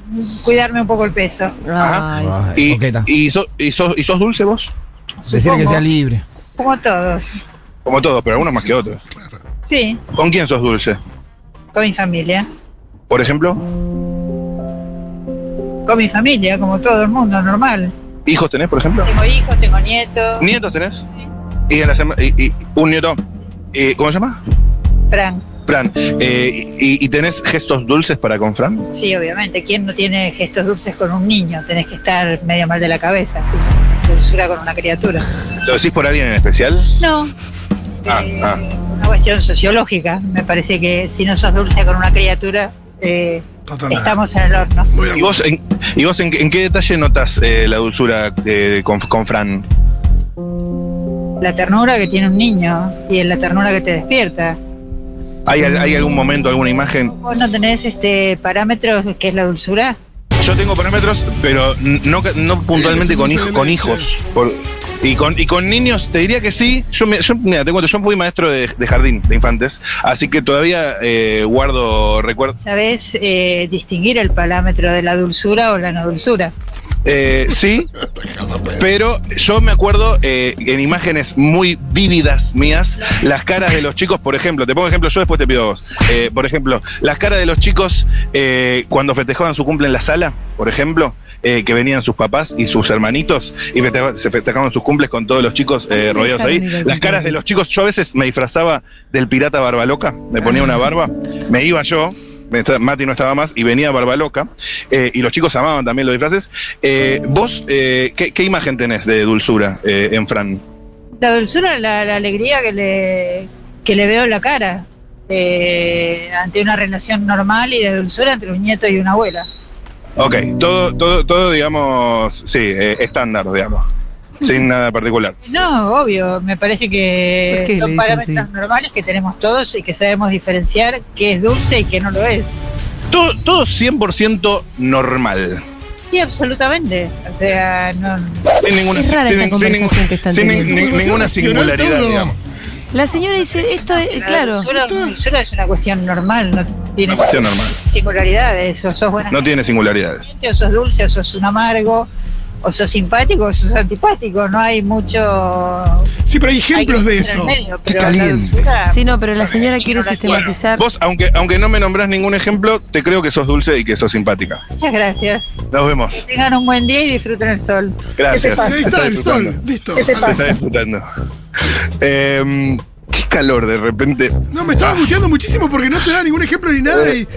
Speaker 6: cuidarme un poco el peso.
Speaker 2: Ajá.
Speaker 1: Ay,
Speaker 3: Ay,
Speaker 2: ¿Y,
Speaker 3: coqueta.
Speaker 2: y, so- y sos, y sos dulce vos?
Speaker 3: Decir que sea libre.
Speaker 6: Como todos.
Speaker 2: Como todos, pero algunos más que otros.
Speaker 6: Sí,
Speaker 2: ¿Con quién sos dulce?
Speaker 6: con mi familia.
Speaker 2: Por ejemplo,
Speaker 6: Con mi familia, como todo el mundo, normal.
Speaker 2: ¿hijos tenés, por ejemplo?
Speaker 6: Tengo hijos, tengo nietos.
Speaker 2: ¿Nietos tenés? Y, en la sema- y, y un nieto. eh, ¿Cómo se llama?
Speaker 6: Fran,
Speaker 2: Fran. Eh, y, y tenés gestos dulces para con Fran?
Speaker 6: sí, obviamente. ¿Quién no tiene gestos dulces con un niño? Tenés que estar medio mal de la cabeza. sí. Dulzura con una criatura.
Speaker 2: ¿Lo decís por alguien en especial?
Speaker 6: No.
Speaker 2: Ah,
Speaker 6: Eh,
Speaker 2: ah.
Speaker 6: Una cuestión sociológica. Me parece que si no sos dulce con una criatura, eh,
Speaker 4: Totalmente.
Speaker 6: estamos en el horno.
Speaker 4: Muy de
Speaker 2: ¿Y
Speaker 4: acuerdo.
Speaker 2: vos en, y vos en, en qué detalle notas eh, la dulzura eh, con, con Fran?
Speaker 6: La ternura que tiene un niño y en la ternura que te despierta.
Speaker 2: ¿Hay, al- ¿Hay algún momento, alguna imagen?
Speaker 6: Vos no tenés este parámetros que es la dulzura.
Speaker 2: Yo tengo parámetros, pero n- no, ca- no puntualmente
Speaker 4: Eres un
Speaker 2: con,
Speaker 4: dulce
Speaker 2: hijo-
Speaker 4: de
Speaker 2: con
Speaker 4: leche.
Speaker 2: hijos. Por- y, con, y con niños, te diría que sí. Yo, me- yo, mira, te cuento, yo fui maestro de, de jardín de infantes, así que todavía eh, guardo recuerdos.
Speaker 6: Sabés eh, distinguir el parámetro de la dulzura o la no dulzura.
Speaker 2: Eh, sí, pero yo me acuerdo eh, en imágenes muy vívidas mías, las caras de los chicos, por ejemplo, te pongo ejemplo, yo después te pido a vos. Eh, por ejemplo, las caras de los chicos eh, cuando festejaban su cumple en la sala, por ejemplo, eh, que venían sus papás y sus hermanitos y festeja- se festejaban sus cumples con todos los chicos eh,
Speaker 1: Ay,
Speaker 2: rodeados
Speaker 1: esa
Speaker 2: ahí.
Speaker 1: bonita
Speaker 2: Las caras de los chicos, yo a veces me disfrazaba del pirata Barbaloca, me ponía una barba, me iba yo. me esta- Mati no estaba más y venía Barbaloca eh, y los chicos amaban también los disfraces. Eh, ¿Vos eh, ¿qué, qué imagen tenés de dulzura eh, en Fran?
Speaker 6: La dulzura, la, la alegría que le, que le veo en la cara eh, ante una relación normal y de dulzura entre un nieto y una abuela.
Speaker 2: Ok, todo, todo, todo digamos, sí, eh, estándar, digamos, sin nada particular.
Speaker 6: No, obvio, me parece que
Speaker 1: ¿Por qué le
Speaker 6: son
Speaker 1: dicen
Speaker 6: parámetros normales que tenemos todos y que sabemos diferenciar qué es dulce y qué no lo es.
Speaker 2: Todo, todo 100% normal.
Speaker 6: Sí, absolutamente. O sea, no,
Speaker 2: Sin ninguna,
Speaker 1: Es rara
Speaker 2: sin,
Speaker 1: esta
Speaker 2: sin-
Speaker 1: conversación que están
Speaker 2: sin ni-
Speaker 1: teniendo.
Speaker 2: ni- ninguna singularidad,
Speaker 4: Todo.
Speaker 2: digamos.
Speaker 1: La señora dice, esto es,
Speaker 6: la
Speaker 1: claro.
Speaker 6: dulzura, la dulzura es una cuestión normal, no tiene
Speaker 2: Una cuestión normal.
Speaker 6: singularidades, o sos buena
Speaker 2: No tiene singularidades.
Speaker 6: gente, o sos dulce, o sos un amargo, o sos simpático o sos antipático, no hay mucho...
Speaker 4: Sí, pero hay
Speaker 6: hay que
Speaker 4: ejemplos de
Speaker 6: estar en
Speaker 4: eso.
Speaker 6: medio,
Speaker 3: Qué
Speaker 6: pero la
Speaker 3: caliente.
Speaker 6: dulzura-
Speaker 1: Sí, no, pero la señora quiere
Speaker 6: Bueno,
Speaker 1: sistematizar.
Speaker 2: Vos, aunque, aunque no me nombrás ningún ejemplo, te creo que sos dulce y que sos simpática.
Speaker 6: Muchas gracias.
Speaker 2: Nos
Speaker 6: Que
Speaker 2: vemos.
Speaker 6: tengan un buen día y disfruten el sol.
Speaker 2: Gracias.
Speaker 4: Ahí
Speaker 2: Se
Speaker 4: está el
Speaker 2: disfrutando.
Speaker 4: sol, listo.
Speaker 6: ¿Qué te
Speaker 2: Se
Speaker 6: pasa?
Speaker 2: está disfrutando. Em, qué calor de repente.
Speaker 4: No, me estaba angustiando muchísimo porque no te da ningún ejemplo ni nada y.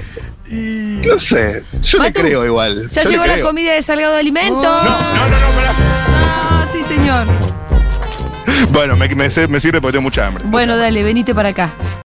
Speaker 4: y-
Speaker 2: No sé, yo le
Speaker 1: Matu,
Speaker 2: creo igual.
Speaker 1: Ya
Speaker 2: yo le
Speaker 1: llegó la
Speaker 2: creo.
Speaker 1: comida de Salgado de Alimentos.
Speaker 4: No,
Speaker 2: No, no, no, pará.
Speaker 1: Ah, sí, señor.
Speaker 2: Bueno, me, me- me sirve porque tengo mucha hambre.
Speaker 1: Bueno, dale, venite para acá.